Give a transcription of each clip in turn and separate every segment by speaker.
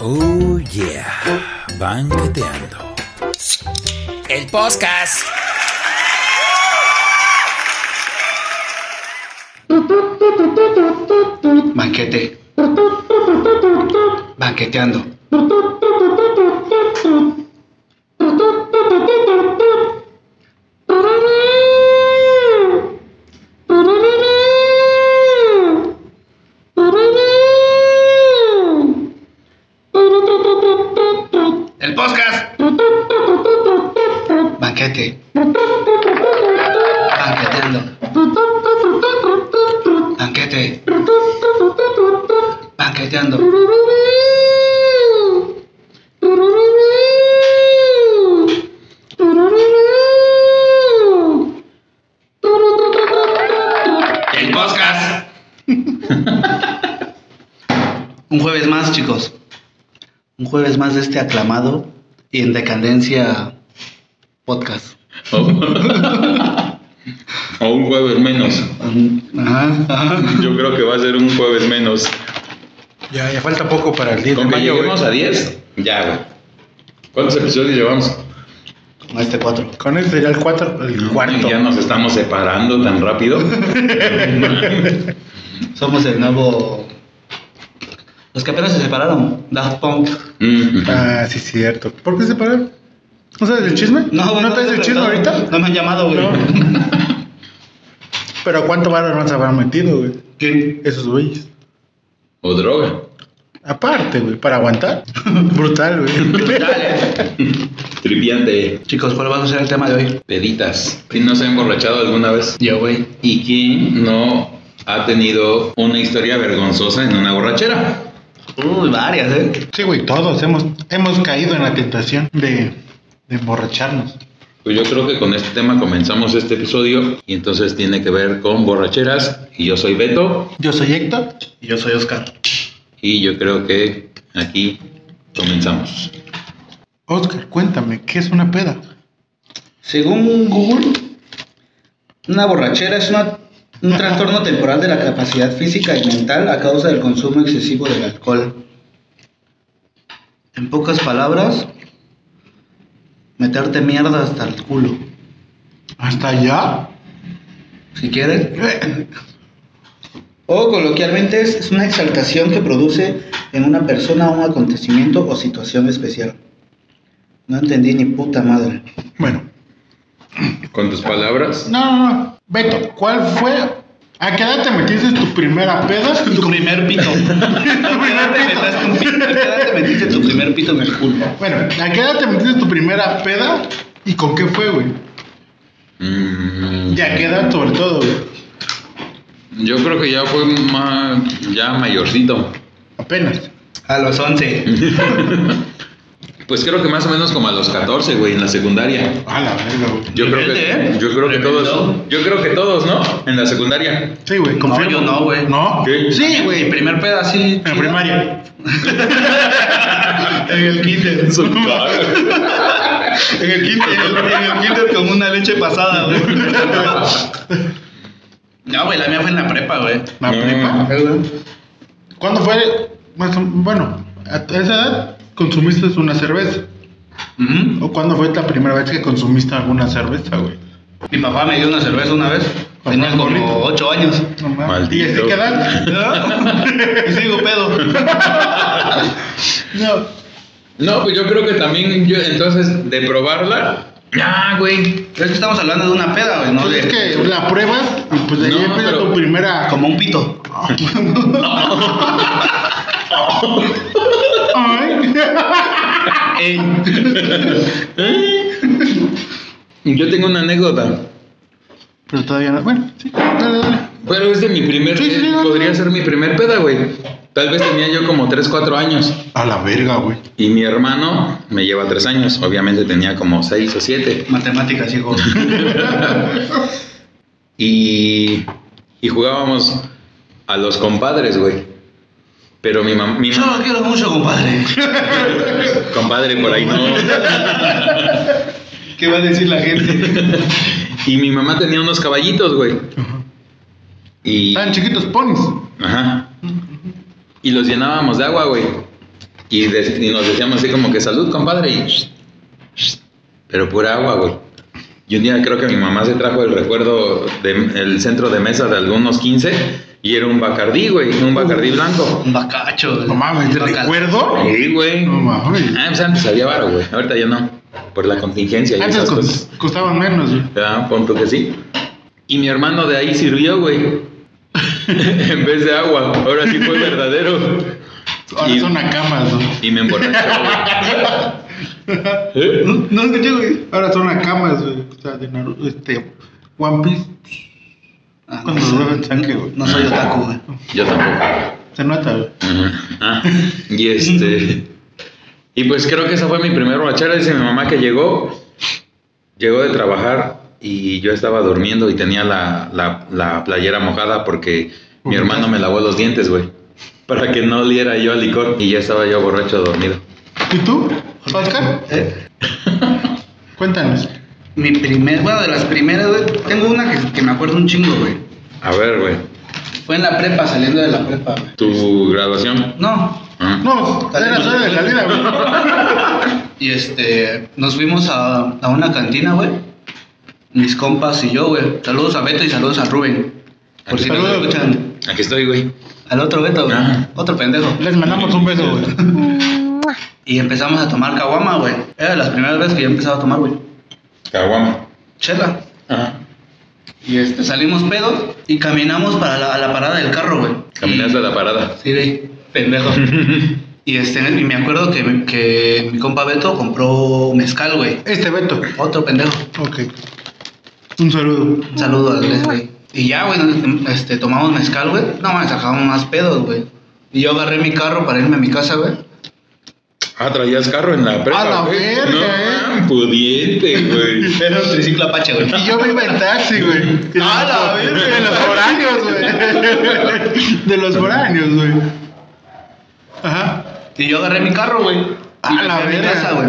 Speaker 1: Oh yeah, banqueteando.
Speaker 2: El podcast.
Speaker 3: Banquete. Banqueteando. El podcast. Banquete. Banqueteando. Banquete. Banqueteando. El podcast. Un jueves más, chicos. Un jueves más de este aclamado y en decadencia podcast.
Speaker 4: O, o un jueves menos.
Speaker 3: Um, Ajá, ajá.
Speaker 4: Yo creo que va a ser un jueves menos.
Speaker 5: Ya, ya falta poco para el 10 de
Speaker 4: Con que
Speaker 5: mayo. güey.
Speaker 4: lleguemos a 10, ya, güey. ¿Cuántos episodios llevamos?
Speaker 3: Con este cuatro.
Speaker 5: Con este ya el 4, el cuarto.
Speaker 4: Ya nos estamos separando tan rápido.
Speaker 3: Somos el nuevo. Los que apenas se separaron. Daft Punk.
Speaker 4: Mm.
Speaker 5: Ah, sí, cierto. ¿Por qué se pararon? ¿No sabes el chisme?
Speaker 3: güey,
Speaker 5: ¿No traes
Speaker 3: te he
Speaker 5: el chisme
Speaker 3: preguntado.
Speaker 5: ahorita?
Speaker 3: No me han llamado, güey.
Speaker 5: No. Pero ¿a cuánto varo nos habrán metido, güey?
Speaker 3: ¿Qué?
Speaker 5: Esos güeyes.
Speaker 4: O droga.
Speaker 5: Aparte, güey, para aguantar. Brutal, güey.
Speaker 4: Tripiante.
Speaker 3: Chicos, ¿cuál va a ser el tema de hoy?
Speaker 4: Peditas. ¿Quién no se ha emborrachado alguna vez?
Speaker 3: Yo, güey.
Speaker 4: ¿Y quién no ha tenido una historia vergonzosa en una borrachera?
Speaker 3: Uy, varias, ¿eh?
Speaker 5: Sí, güey, todos hemos, hemos caído en la tentación de, de emborracharnos.
Speaker 4: Pues yo creo que con este tema comenzamos este episodio y entonces tiene que ver con borracheras. Y yo soy Beto
Speaker 5: Yo soy Héctor.
Speaker 3: Y yo soy Oscar.
Speaker 4: y yo creo que aquí comenzamos.
Speaker 5: Oscar, cuéntame, ¿qué es una peda?
Speaker 3: Según Google, una borrachera es una- un trastorno temporal de la capacidad física y mental a causa del consumo excesivo del alcohol. En pocas palabras, meterte mierda hasta el culo.
Speaker 5: ¿Hasta allá?
Speaker 3: Si quieren. O coloquialmente es, es una exaltación que produce en una persona un acontecimiento o situación especial. No entendí ni puta madre.
Speaker 5: Bueno,
Speaker 4: Con tus palabras.
Speaker 5: No, no, no. Beto, ¿cuál fue? ¿A qué edad te metiste tu primera peda?
Speaker 3: Tu primer pito. te metiste tu primer pito en el culo?
Speaker 5: Bueno, ¿a qué edad te metiste tu primera peda? ¿Y con qué fue, güey?
Speaker 4: Mm,
Speaker 5: ¿Y a qué edad sobre todo, güey?
Speaker 4: Yo creo que ya fue más, ya mayorcito.
Speaker 5: Apenas.
Speaker 3: A los 11.
Speaker 4: Pues creo que más o menos como a los 14, güey, en la secundaria.
Speaker 5: A la verga, güey.
Speaker 4: Yo creo
Speaker 3: Rebelde, ¿eh?
Speaker 4: que yo creo que
Speaker 3: Rebelde.
Speaker 4: todos, yo creo que todos, ¿no? En la secundaria.
Speaker 5: Sí, güey, confirmo.
Speaker 3: yo no, güey.
Speaker 5: ¿No?
Speaker 4: ¿Qué?
Speaker 3: Sí, güey, mi primer peda sí.
Speaker 5: En la primaria.
Speaker 3: En el kinder. En el kinder, en el kinder con una leche pasada, güey. No, güey, la mía fue en la prepa, güey.
Speaker 5: La
Speaker 4: No.
Speaker 5: prepa. ¿Cuándo fue? más o- Bueno, a esa edad consumiste una cerveza.
Speaker 3: Ujú.
Speaker 5: ¿O cuándo fue la primera vez que consumiste alguna cerveza, güey?
Speaker 3: Mi papá me dio una cerveza una vez. Tenía como 8 años.
Speaker 5: No mames.
Speaker 4: Maldito.
Speaker 5: ¿Y así qué edad?
Speaker 3: Y sigo pedo.
Speaker 5: No.
Speaker 4: No, pues yo creo que también yo entonces de probarla. Ah, güey.
Speaker 3: Es que estamos hablando de una peda, güey, no
Speaker 5: Pues es
Speaker 3: de.
Speaker 5: que la pruebas y pues de ahí
Speaker 4: No,
Speaker 5: empieza
Speaker 4: pero-
Speaker 5: tu primera.
Speaker 3: Como un pito.
Speaker 5: Ay.
Speaker 3: Ey.
Speaker 4: Yo tengo una anécdota.
Speaker 5: Pero todavía no. Bueno, sí. Dale, dale.
Speaker 4: Pero es de mi primer,
Speaker 5: Sí, sí, sí, no,
Speaker 4: podría
Speaker 5: no.
Speaker 4: ser mi primer peda, güey. Tal vez tenía yo como 3, 4 años.
Speaker 5: A la verga, güey.
Speaker 4: Y mi hermano me lleva 3 años. Obviamente tenía como 6 o 7.
Speaker 3: Matemáticas, hijo.
Speaker 4: Y, y jugábamos a los compadres, güey. Pero mi mamá... Mi
Speaker 3: Yo
Speaker 4: mam-
Speaker 3: lo quiero mucho, compadre.
Speaker 4: compadre, por ahí no.
Speaker 3: ¿Qué va a decir la gente?
Speaker 4: Y mi mamá tenía unos caballitos, güey. Y...
Speaker 5: Tan chiquitos ponis.
Speaker 4: Ajá. y los llenábamos de agua, güey. Y, des- y nos decíamos así como que salud, compadre. y pero pura agua, güey. Y un día creo que mi mamá se trajo el recuerdo del centro de mesa de algunos 15 y era un bacardí, güey, un bacardí blanco.
Speaker 6: Un bacacho.
Speaker 5: No mames, ¿te
Speaker 6: Bacal-
Speaker 5: recuerdo?
Speaker 4: Sí, güey.
Speaker 5: No mames.
Speaker 4: Ah, pues antes había varo, güey. Ahorita ya no. Por la contingencia. y
Speaker 5: Antes
Speaker 4: esas cosas.
Speaker 5: cos- costaban menos, güey.
Speaker 4: Ah, punto que sí. Y mi hermano de ahí sirvió, güey. en vez de agua. Ahora sí fue verdadero.
Speaker 5: Ahora
Speaker 4: Y-
Speaker 5: son a camas, güey.
Speaker 4: Y me emborrachó, güey.
Speaker 5: No escuché, güey. Ahora son a camas, güey. O sea, de Naruto, este, One Piece.
Speaker 6: Ah,
Speaker 5: Cuando
Speaker 6: no
Speaker 5: nos
Speaker 6: sé.
Speaker 5: beben sangre, güey.
Speaker 6: No soy otaku, güey.
Speaker 4: Yo tampoco.
Speaker 5: Se nota, güey.
Speaker 4: Ujú. Ah, y este. Y pues creo que esa fue mi primera borrachera. Dice mi mamá que llegó. Llegó de trabajar y yo estaba durmiendo y tenía la, la- la playera mojada porque mi hermano me lavó los dientes, güey. Para que no oliera yo a licor y ya estaba yo borracho dormido.
Speaker 5: ¿Y tú, Oscar?
Speaker 3: ¿Eh?
Speaker 5: Cuéntanos.
Speaker 6: Mi primer, bueno, de las primeras, güey. Tengo una que, que me acuerdo un chingo, güey.
Speaker 4: A ver, güey.
Speaker 6: Fue en la prepa, saliendo de la prepa, güey.
Speaker 4: ¿Tu graduación?
Speaker 6: No,
Speaker 4: Ah.
Speaker 5: No, era hora de salida, güey.
Speaker 6: y este, nos fuimos a, a una cantina, güey. Mis compas y yo, güey. Saludos a Beto y saludos a Rubén. Por si no nos
Speaker 5: Saludos.
Speaker 6: escuchan.
Speaker 4: Aquí estoy, güey.
Speaker 6: Al otro Beto, güey.
Speaker 4: Ajá.
Speaker 6: Otro pendejo.
Speaker 5: Les mandamos un beso, güey.
Speaker 6: Y empezamos a tomar caguama, güey. Era de las primeras veces que yo empezaba a tomar, güey.
Speaker 4: Caguama.
Speaker 6: Chela.
Speaker 4: Ah.
Speaker 6: Y este, salimos pedos y caminamos para la, a la parada del carro, güey.
Speaker 4: Caminaste a la parada.
Speaker 6: Sí, güey. Pendejo. y este, y me acuerdo que, mi- que mi compa Beto compró mezcal, güey.
Speaker 5: Este Beto.
Speaker 6: Otro pendejo.
Speaker 5: Ok. Un saludo.
Speaker 6: Un saludo al Andrés, güey. Y ya, güey, nos- este, tomamos mezcal, güey. No, me sacamos más pedos, güey. Y yo agarré mi carro para irme a mi casa, güey.
Speaker 4: Ah, traías carro en la prepa.
Speaker 5: A la
Speaker 4: güey.
Speaker 5: verga,
Speaker 4: no,
Speaker 5: eh.
Speaker 4: man, Pudiente, güey.
Speaker 6: Era un triciclo Apache, güey.
Speaker 5: Y yo vivo en taxi, güey. Ah,
Speaker 6: A
Speaker 5: De los-
Speaker 6: la verga.
Speaker 5: De los foráneos, güey. De los foráneos, güey. Ajá.
Speaker 6: Y yo agarré mi carro, güey.
Speaker 5: A
Speaker 6: Y me
Speaker 5: la
Speaker 6: fui mi
Speaker 5: verga.
Speaker 6: casa, güey.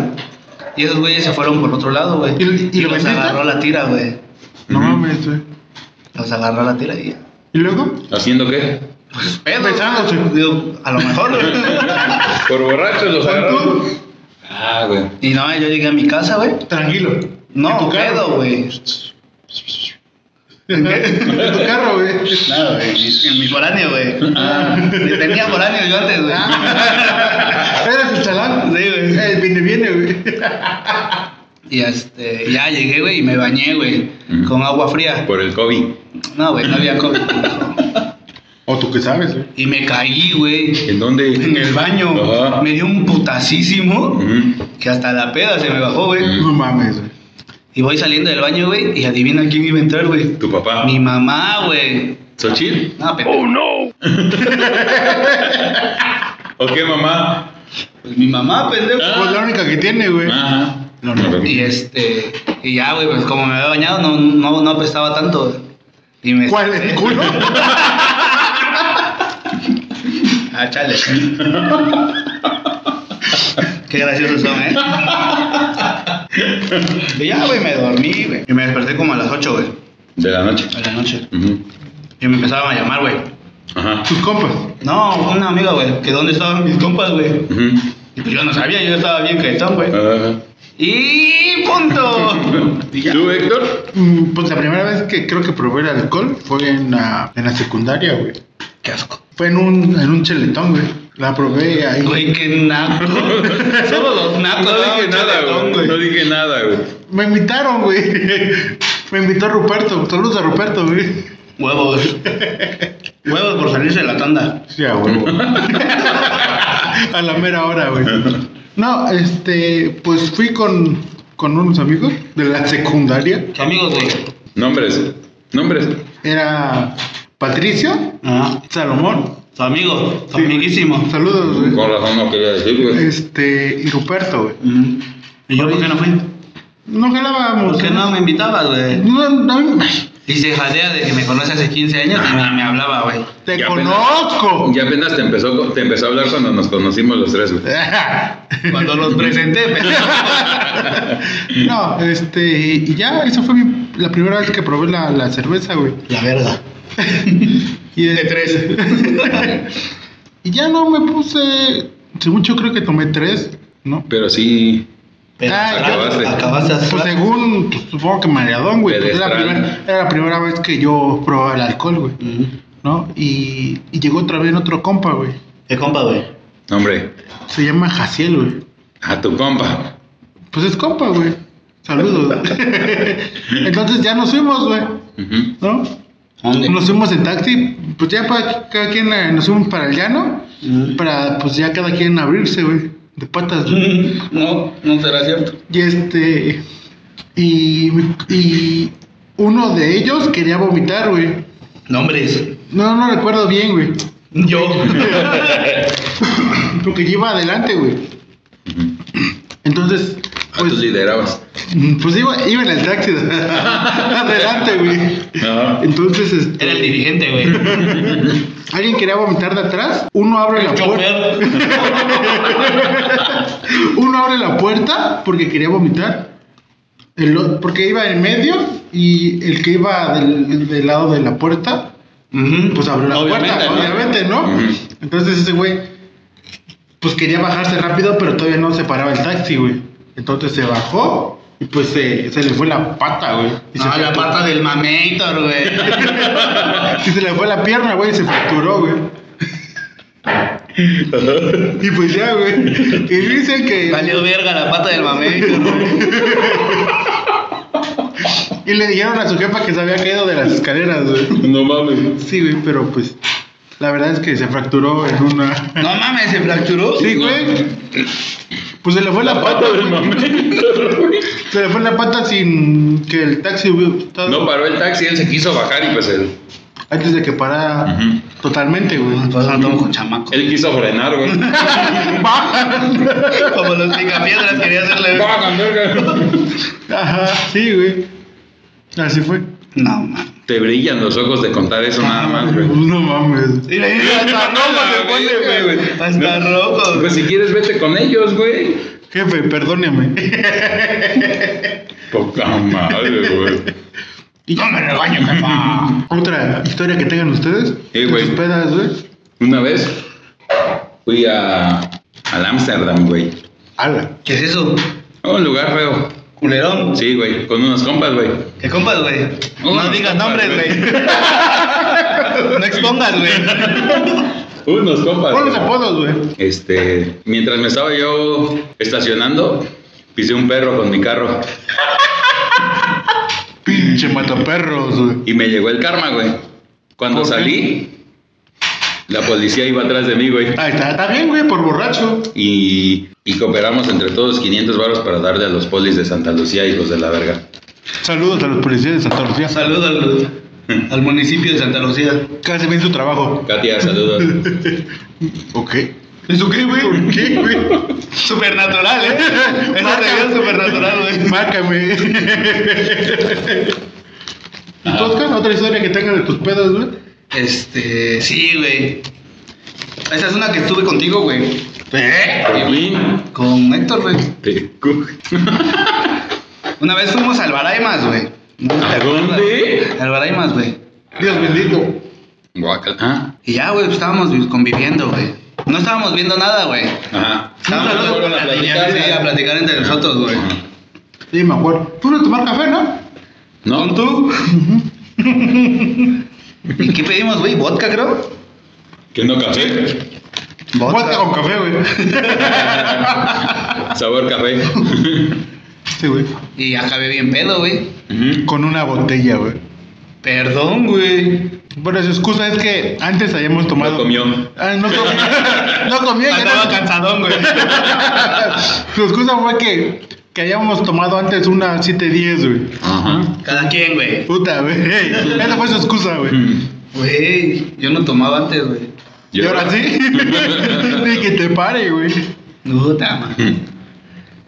Speaker 6: Y esos güeyes se fueron por otro lado, güey.
Speaker 5: ¿Y- y lo
Speaker 6: los
Speaker 5: vendiste?
Speaker 6: agarró la tira, güey.
Speaker 5: No
Speaker 4: Ujú.
Speaker 5: mames, güey.
Speaker 6: Los agarró la tira y ya.
Speaker 5: ¿Y luego?
Speaker 4: ¿Haciendo qué?
Speaker 6: Pues pedo.
Speaker 5: Besándose.
Speaker 6: Digo, a lo mejor, güey.
Speaker 4: Por borrachos los agarraron. Ah, güey.
Speaker 6: Y no, yo llegué a mi casa, güey.
Speaker 5: Tranquilo. ¿En
Speaker 6: No,
Speaker 5: tu carro?
Speaker 6: pedo, güey.
Speaker 5: En tu carro, güey.
Speaker 6: Nada, güey. En mi foráneo, güey. Ah. Tenía foráneo yo antes, güey.
Speaker 5: Era su Ah. chalán.
Speaker 6: Sí, güey.
Speaker 5: Eh, viene, viene, güey.
Speaker 6: Y este, ya llegué, güey, y me bañé, güey.
Speaker 4: Ujú.
Speaker 6: Con agua fría.
Speaker 4: Por el COVID.
Speaker 6: No, güey, no había COVID. pendejo.
Speaker 5: O tú que sabes, güey.
Speaker 6: y me caí, güey.
Speaker 4: ¿En dónde?
Speaker 6: En el baño.
Speaker 4: Ajá.
Speaker 6: Me dio un putasísimo.
Speaker 4: Ujú.
Speaker 6: Que hasta la peda se me bajó, güey.
Speaker 4: Mm.
Speaker 5: No mames, güey.
Speaker 6: Y voy saliendo del baño, güey. Y adivina quién iba a entrar, güey.
Speaker 4: ¿Tu papá?
Speaker 6: Mi mamá, güey.
Speaker 4: ¿Xochitl?
Speaker 6: No, pendejo.
Speaker 4: ¿O qué, mamá?
Speaker 6: Pues mi mamá, pendejo.
Speaker 5: Pues la única que tiene, güey.
Speaker 4: Ajá.
Speaker 5: No, no.
Speaker 6: Y este, y ya, güey, pues como me había bañado, no, no, no apestaba tanto. güey. Y me. este,
Speaker 5: ¿Cuál es culo?
Speaker 6: Ah, chale. Qué graciosos son, ¿eh? Y ya, güey, me dormí, güey. Y me desperté como a las 8, güey,
Speaker 4: De la noche.
Speaker 6: de la noche.
Speaker 4: Ujú.
Speaker 6: Y me empezaban a llamar, güey.
Speaker 4: Ajá.
Speaker 5: Sus compas.
Speaker 6: No, una amiga, güey, que dónde estaban mis compas, güey.
Speaker 4: Ujú.
Speaker 6: Y pues yo no sabía, yo estaba bien caetón, güey.
Speaker 4: Ajá.
Speaker 6: Y punto. Y ya.
Speaker 4: ¿Tú, Héctor?
Speaker 5: Mm, Pues la primera vez que creo que probé el alcohol fue en la, en la secundaria, güey.
Speaker 6: Qué asco.
Speaker 5: Fue en un, en un cheletón, güey. La probé ahí.
Speaker 6: Güey, qué naco. Solo los nacos.
Speaker 4: No
Speaker 6: daban
Speaker 4: dije nada,
Speaker 6: chaletón,
Speaker 4: güey. No dije nada, güey.
Speaker 5: Me invitaron, güey. Me invitó Ruperto. Saludos a Ruperto, güey.
Speaker 6: Huevos. Huevos por salirse de la tanda.
Speaker 5: Sí, a huevo. a la mera hora, güey. No, este, pues fui con, con unos amigos de la secundaria.
Speaker 6: ¿Qué amigos, güey?
Speaker 4: Nombres. Nombres.
Speaker 5: Era Patricio,
Speaker 6: Ah,
Speaker 5: Salomón.
Speaker 6: tu amigo, tu
Speaker 5: Sí.
Speaker 6: amiguísimo.
Speaker 5: Saludos, güey.
Speaker 4: Con razón no quería decir, güey.
Speaker 5: Este, y Ruperto, güey.
Speaker 6: Mm. ¿Y yo por qué no fui?
Speaker 5: No jalábamos.
Speaker 6: ¿Por qué no me invitabas, güey?
Speaker 5: No, no,
Speaker 6: Y se jadea de que me conoce hace 15 años y ni me hablaba, güey.
Speaker 5: te
Speaker 4: Ya
Speaker 5: conozco.
Speaker 4: Ya apenas te empezó, te empezó a hablar cuando nos conocimos los tres, güey.
Speaker 6: Cuando los presenté, pendejo.
Speaker 5: no, este, y ya, esa fue mi- la primera vez que probé la, la cerveza, güey.
Speaker 6: La verga.
Speaker 5: Y
Speaker 6: De tres.
Speaker 5: Y ya no me puse. Según yo creo que tomé tres, ¿no?
Speaker 4: Pero sí.
Speaker 6: Pero
Speaker 5: Ah,
Speaker 6: acabaste-
Speaker 4: acabaste.
Speaker 6: acabaste a
Speaker 5: Pues según, pues, supongo que mareadón, güey. Pues era, la
Speaker 4: Pedestral.
Speaker 5: primera- era la primera vez que yo probaba el alcohol, güey.
Speaker 6: Ujú.
Speaker 5: ¿No? Y, y llegó otra vez otro compa, güey.
Speaker 6: ¿Qué compa, güey?
Speaker 4: Hombre,
Speaker 5: Se llama Jaciel, güey.
Speaker 4: a tu compa.
Speaker 5: Pues es compa, güey. Saludos. Entonces ya nos fuimos, güey.
Speaker 4: Ujú.
Speaker 5: ¿No?
Speaker 6: ¿Dónde?
Speaker 5: Nos fuimos en taxi. Pues ya para cada quien eh, nos fuimos para el llano.
Speaker 6: Mm.
Speaker 5: Para pues ya cada quien abrirse, güey. De patas, güey.
Speaker 6: No, no será cierto.
Speaker 5: Y este. Y, y uno de ellos quería vomitar, güey.
Speaker 6: Nombres.
Speaker 5: No, no recuerdo bien, güey.
Speaker 6: Yo.
Speaker 5: Porque yo iba adelante, güey. Entonces,
Speaker 4: A
Speaker 5: pues,
Speaker 4: tus liderabas.
Speaker 5: mm, pues iba, iba en el taxi. adelante, güey.
Speaker 4: Ajá.
Speaker 5: Entonces, este,
Speaker 7: Era el dirigente, güey.
Speaker 5: alguien quería vomitar de atrás. Uno abre la puerta.
Speaker 7: Chofer.
Speaker 5: Uno abre la puerta porque quería vomitar. El o- porque iba en medio y el que iba del, del lado de la puerta,
Speaker 6: Ujú,
Speaker 5: pues abrió la
Speaker 6: Obviamente,
Speaker 5: puerta,
Speaker 6: ¿no?
Speaker 5: obviamente, ¿no?
Speaker 4: Ujú.
Speaker 5: Entonces ese güey, pues quería bajarse rápido, pero todavía no se paraba el taxi, güey. Entonces se bajó y pues se, se le fue la pata, güey. Y se
Speaker 6: No, Ah, la
Speaker 5: fracturó-
Speaker 6: pata del mamator, güey.
Speaker 5: Y se le fue la pierna, güey, y se fracturó, güey. y pues ya, güey. Y dicen que...
Speaker 6: Valió verga la pata del mamator, güey.
Speaker 5: Y le dijeron a su jefa que se había caído de las escaleras, güey.
Speaker 4: No mames.
Speaker 5: Sí, güey, pero pues la verdad es que se fracturó en una...
Speaker 6: No mames, se fracturó.
Speaker 5: Sí, güey. Pues se le fue la, pata, güey. Se le fue la pata sin que el taxi hubiera estado
Speaker 4: No paró el taxi, él se quiso bajar y pues él.
Speaker 5: antes de que parara
Speaker 4: Ujú.
Speaker 5: totalmente, güey.
Speaker 6: Pues no tomo con chamaco.
Speaker 4: Él quiso frenar, güey. Ah,
Speaker 6: Como los picapiedras quería hacerle.
Speaker 4: Bajan, verga.
Speaker 5: Ajá, sí, güey. Así fue.
Speaker 6: No mames.
Speaker 4: Te brillan los ojos de contar eso nada más, güey.
Speaker 5: Pues No mames.
Speaker 6: Y le dice, hasta rojo se pone, güey. Hasta
Speaker 4: No.
Speaker 6: rojo, güey.
Speaker 4: Pues si quieres, vete con ellos, güey.
Speaker 5: Jefe, perdóneme.
Speaker 4: Poca madre, güey.
Speaker 5: Y yo me rebaño, Otra historia que tengan ustedes.
Speaker 4: Eh,
Speaker 5: de
Speaker 4: güey.
Speaker 5: sus pedas, güey.
Speaker 4: Una vez fui a. al Ámsterdam, güey.
Speaker 5: Ala.
Speaker 6: ¿Qué es eso?
Speaker 4: A un lugar feo.
Speaker 6: ¿Culerón?
Speaker 4: Sí, güey, con unos compas, güey.
Speaker 6: ¿Qué compas, güey?
Speaker 4: Unos
Speaker 6: No digas
Speaker 4: compas,
Speaker 6: nombres,
Speaker 4: güey.
Speaker 6: güey. No expongas, güey.
Speaker 4: Unos compas.
Speaker 5: Pon los
Speaker 4: güey.
Speaker 5: apodos, güey.
Speaker 4: Este, mientras me estaba yo estacionando, pisé un perro con mi carro
Speaker 5: Pinche mataperros, güey.
Speaker 4: y me llegó el karma, güey. Cuando
Speaker 5: ¿Por qué?
Speaker 4: salí, la policía iba atrás de mí, güey.
Speaker 5: Ahí está, está bien, güey, por borracho.
Speaker 4: Y, y cooperamos entre todos 500 varos para darle a los polis de Santa Lucía, hijos de la verga.
Speaker 5: Saludos a los policías de Santa Lucía.
Speaker 6: Saludos al, al municipio de Santa Lucía.
Speaker 5: Casi bien su trabajo.
Speaker 4: Katia, saludos.
Speaker 5: Ok. ¿Eso qué, güey? ¿Por qué, güey?
Speaker 6: Supernatural, ¿eh? Esa te vio supernatural, güey.
Speaker 5: Márcame. ¿Y tú, Oscar? ¿Otra historia que tengas de tus pedos, güey?
Speaker 6: Este, sí, güey. Esa es una que estuve contigo, güey.
Speaker 5: ¿Eh?
Speaker 4: Piolín,
Speaker 6: Con Héctor, güey.
Speaker 4: te cu-
Speaker 6: Una vez fuimos al Baraimas, güey. ¿No te
Speaker 4: ¿A
Speaker 6: acuerdas?
Speaker 4: dónde?
Speaker 6: Al Baraimas, güey.
Speaker 5: Dios bendito.
Speaker 4: Guácala. Ah,
Speaker 6: Y ya, güey, pues, estábamos conviviendo, güey. No estábamos viendo nada, güey.
Speaker 4: Ajá.
Speaker 6: Estábamos
Speaker 4: Ah, fueron a
Speaker 6: a platicar,
Speaker 4: platicar,
Speaker 6: sí, a
Speaker 4: ¿verdad?
Speaker 6: platicar entre nosotros, güey.
Speaker 4: Ajá.
Speaker 5: Sí, me acuerdo. Tú no tomar café, ¿no?
Speaker 4: ¿No?
Speaker 6: tú? ¿Y qué pedimos, güey? ¿Vodka, creo?
Speaker 4: ¿Que no café?
Speaker 5: Vodka con café, güey.
Speaker 4: Sabor café.
Speaker 5: Sí, güey.
Speaker 6: Y acabé bien pedo, güey.
Speaker 4: Ujú.
Speaker 5: Con una botella, güey.
Speaker 6: Perdón, güey.
Speaker 5: Bueno, su excusa es que antes habíamos tomado.
Speaker 4: No comió.
Speaker 5: Ah, no comió. no comió. ya
Speaker 6: Andaba
Speaker 5: no-
Speaker 6: cansadón, güey.
Speaker 5: Su excusa fue que, que hayamos tomado antes una 7-10, güey.
Speaker 4: Ajá.
Speaker 6: Cada quien, güey.
Speaker 5: Puta, güey. Esa fue su excusa, güey.
Speaker 4: Mm.
Speaker 6: Güey, yo no tomaba antes, güey.
Speaker 5: Y ahora sí. Ni que te pare, güey.
Speaker 6: Puta, man.
Speaker 4: Mm.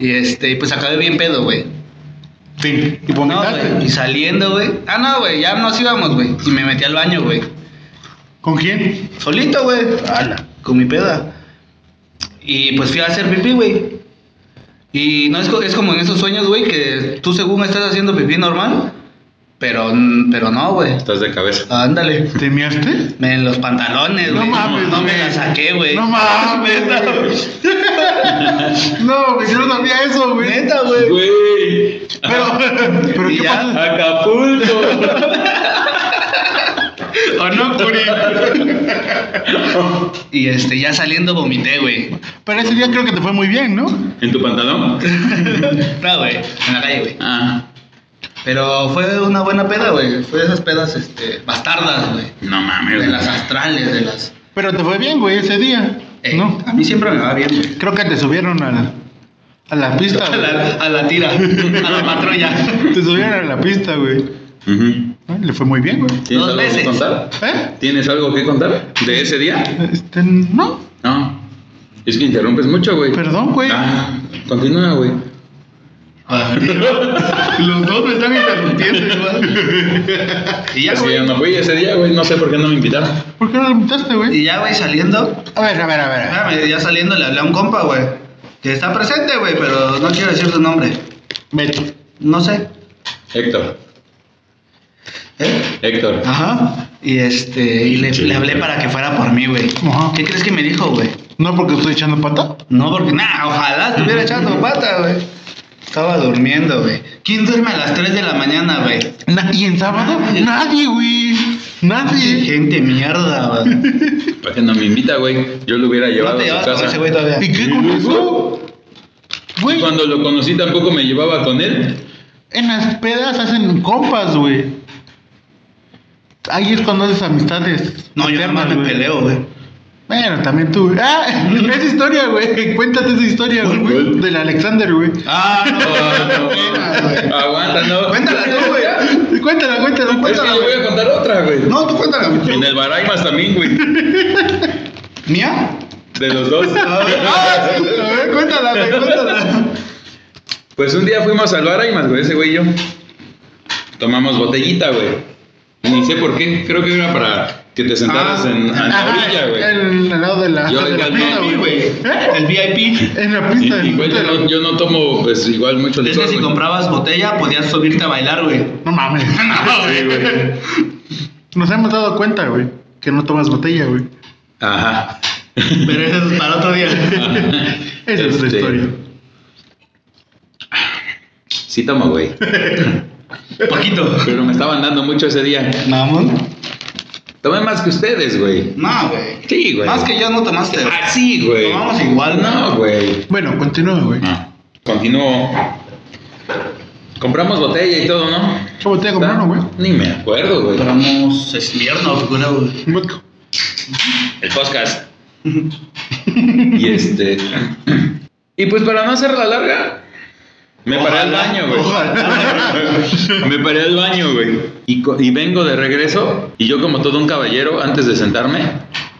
Speaker 6: Y este, pues acabé bien pedo, güey.
Speaker 5: Fin. Y
Speaker 6: No,
Speaker 5: vomitaste.
Speaker 6: güey. Y saliendo, güey. Ah, no, güey, ya nos íbamos, güey. Y me metí al baño, güey.
Speaker 5: ¿Con quién?
Speaker 6: Solito, güey. Ala. Con mi peda. Y pues fui a hacer pipí, güey. Y no es, co- es como en esos sueños, güey, que tú según estás haciendo pipí normal, Pero, pero no, güey.
Speaker 4: Estás de cabeza.
Speaker 6: Ándale.
Speaker 5: ¿Te miaste?
Speaker 6: Me en los pantalones,
Speaker 5: No
Speaker 6: güey.
Speaker 5: mames,
Speaker 6: No me
Speaker 5: güey.
Speaker 6: la saqué, güey.
Speaker 5: No mames, no. No, güey, yo no sabía eso, güey.
Speaker 6: Neta, güey.
Speaker 4: Güey.
Speaker 5: Pero, pero
Speaker 6: Y
Speaker 5: ¿qué
Speaker 6: ya.
Speaker 5: pasa?
Speaker 4: Acapulco.
Speaker 5: ¿O no, Curi?
Speaker 6: Y este, ya saliendo vomité, güey.
Speaker 5: Pero ese día creo que te fue muy bien, ¿no?
Speaker 4: ¿En tu pantalón?
Speaker 6: No, güey. En la calle, güey.
Speaker 4: Ah.
Speaker 6: Pero fue una buena peda, güey. Fue de esas pedas, este, bastardas, güey.
Speaker 4: No mames.
Speaker 6: De las astrales, de las.
Speaker 5: Pero te fue bien, güey, ese día.
Speaker 6: Eh,
Speaker 5: ¿No?
Speaker 6: A mí siempre me va bien, güey.
Speaker 5: Creo que te subieron a la, a la pista.
Speaker 6: A
Speaker 5: güey.
Speaker 6: la, a la tira, a la patrulla.
Speaker 5: Te subieron a la pista, güey.
Speaker 4: Ujú.
Speaker 5: Ay, Le fue muy bien, güey.
Speaker 4: ¿Tienes
Speaker 6: Dos
Speaker 4: algo
Speaker 6: veces.
Speaker 4: que contar?
Speaker 5: ¿Eh?
Speaker 4: ¿Tienes algo que contar de ese día?
Speaker 5: Este, no.
Speaker 4: No. Es que interrumpes mucho, güey.
Speaker 5: Perdón, güey.
Speaker 4: Ah, continúa, güey.
Speaker 5: Los dos me están interrumpiendo,
Speaker 6: Y ya,
Speaker 4: Es que
Speaker 6: güey.
Speaker 4: yo no fui ese día, güey. No sé por qué no me invitaron.
Speaker 5: ¿Por qué no lo invitaste, güey?
Speaker 6: Y ya, güey, saliendo.
Speaker 5: A ver, a ver, a ver.
Speaker 6: espérame, ya saliendo le hablé a un compa, güey. Que está presente, güey, pero no quiero decir su nombre.
Speaker 5: Beto.
Speaker 6: No sé.
Speaker 4: Héctor.
Speaker 6: ¿Eh?
Speaker 4: Héctor.
Speaker 6: Ajá. Y este, y le, le hablé para que fuera por mí, güey.
Speaker 5: Ajá.
Speaker 6: ¿Qué crees que me dijo, güey?
Speaker 5: No porque estoy echando pata.
Speaker 6: No, porque nada, ojalá estuviera echando pata, güey. Estaba durmiendo, güey. ¿Quién duerme a las 3 de la mañana, güey?
Speaker 5: Na- ¿Y en sábado?
Speaker 6: Nadie.
Speaker 5: Nadie, güey. Nadie.
Speaker 6: Gente mierda, güey.
Speaker 4: ¿Para qué no me invita, güey? Yo lo hubiera
Speaker 6: No
Speaker 4: llevado
Speaker 6: te
Speaker 4: a
Speaker 6: llevas
Speaker 4: su
Speaker 6: con
Speaker 4: casa.
Speaker 6: ese güey todavía.
Speaker 5: ¿Y qué con eso? Güey,
Speaker 4: Cuando lo conocí tampoco me llevaba con él.
Speaker 5: en las pedas hacen compas, güey. Ahí es cuando haces amistades.
Speaker 6: No, yo nada
Speaker 5: eternas,
Speaker 6: más me
Speaker 5: güey.
Speaker 6: peleo, güey.
Speaker 5: Bueno, también tú. Ah, esa historia, güey. Cuéntate esa historia,
Speaker 4: ¿Cuál,
Speaker 5: güey.
Speaker 4: cuál?
Speaker 5: Del Alexander, güey.
Speaker 6: Ah,
Speaker 4: Oh, No, Aguanta, no.
Speaker 6: Cuéntala tú, güey.
Speaker 5: Cuéntala, cuéntala,
Speaker 4: Es que
Speaker 5: cuéntala.
Speaker 4: yo voy a contar otra, güey.
Speaker 6: No, tú cuéntala, güey.
Speaker 4: En el Baraimas también, güey.
Speaker 6: ¿Mía?
Speaker 4: De los dos.
Speaker 5: Ah, sí, a ver, cuéntala, güey, cuéntala.
Speaker 4: Pues un día fuimos al Baraimas, güey, ese güey y yo. Tomamos botellita, güey. Ni sé por qué. Creo que era para que te sentaras
Speaker 5: Ah.
Speaker 4: en, en la
Speaker 5: Ajá,
Speaker 4: orilla, güey.
Speaker 5: el- Al lado de la,
Speaker 4: Yo
Speaker 5: de la
Speaker 4: igual
Speaker 5: pista,
Speaker 4: no,
Speaker 5: güey. ¿Eh?
Speaker 6: El VIP.
Speaker 5: En la pista.
Speaker 4: Y- y,
Speaker 5: del-
Speaker 4: güey, yo no, yo no tomo, pues, igual mucho
Speaker 6: Es que
Speaker 4: licor,
Speaker 6: si
Speaker 4: güey.
Speaker 6: comprabas botella, podías subirte a bailar, güey.
Speaker 5: No mames.
Speaker 4: Sí, güey.
Speaker 5: Nos hemos dado cuenta, güey, que no tomas botella, güey.
Speaker 4: Ajá.
Speaker 6: Pero eso es para otro día.
Speaker 5: Esa es otra
Speaker 4: Este,
Speaker 5: historia.
Speaker 4: Sí tomo, güey.
Speaker 6: Poquito.
Speaker 4: Pero me estaban dando mucho ese día.
Speaker 6: ¿Mamón?
Speaker 4: Tomé más que ustedes, güey.
Speaker 6: No, güey.
Speaker 4: Sí, güey.
Speaker 6: Más que yo no tomaste.
Speaker 4: Ah, sí, güey.
Speaker 6: Tomamos igual,
Speaker 4: No, güey.
Speaker 5: Bueno, continúa, güey.
Speaker 4: No. Continúo. Compramos botella y todo, ¿no?
Speaker 5: ¿Qué botella compraron, güey?
Speaker 4: Ni me acuerdo, güey.
Speaker 6: Compramos invierno, creo, güey.
Speaker 5: Vodka.
Speaker 4: El podcast. y este. Y pues para no hacer la larga, me paré al
Speaker 6: Ojalá,
Speaker 4: baño, güey.
Speaker 5: ojalá.
Speaker 4: me paré al baño, güey. Y, co- y vengo de regreso y yo como todo un caballero, antes de sentarme,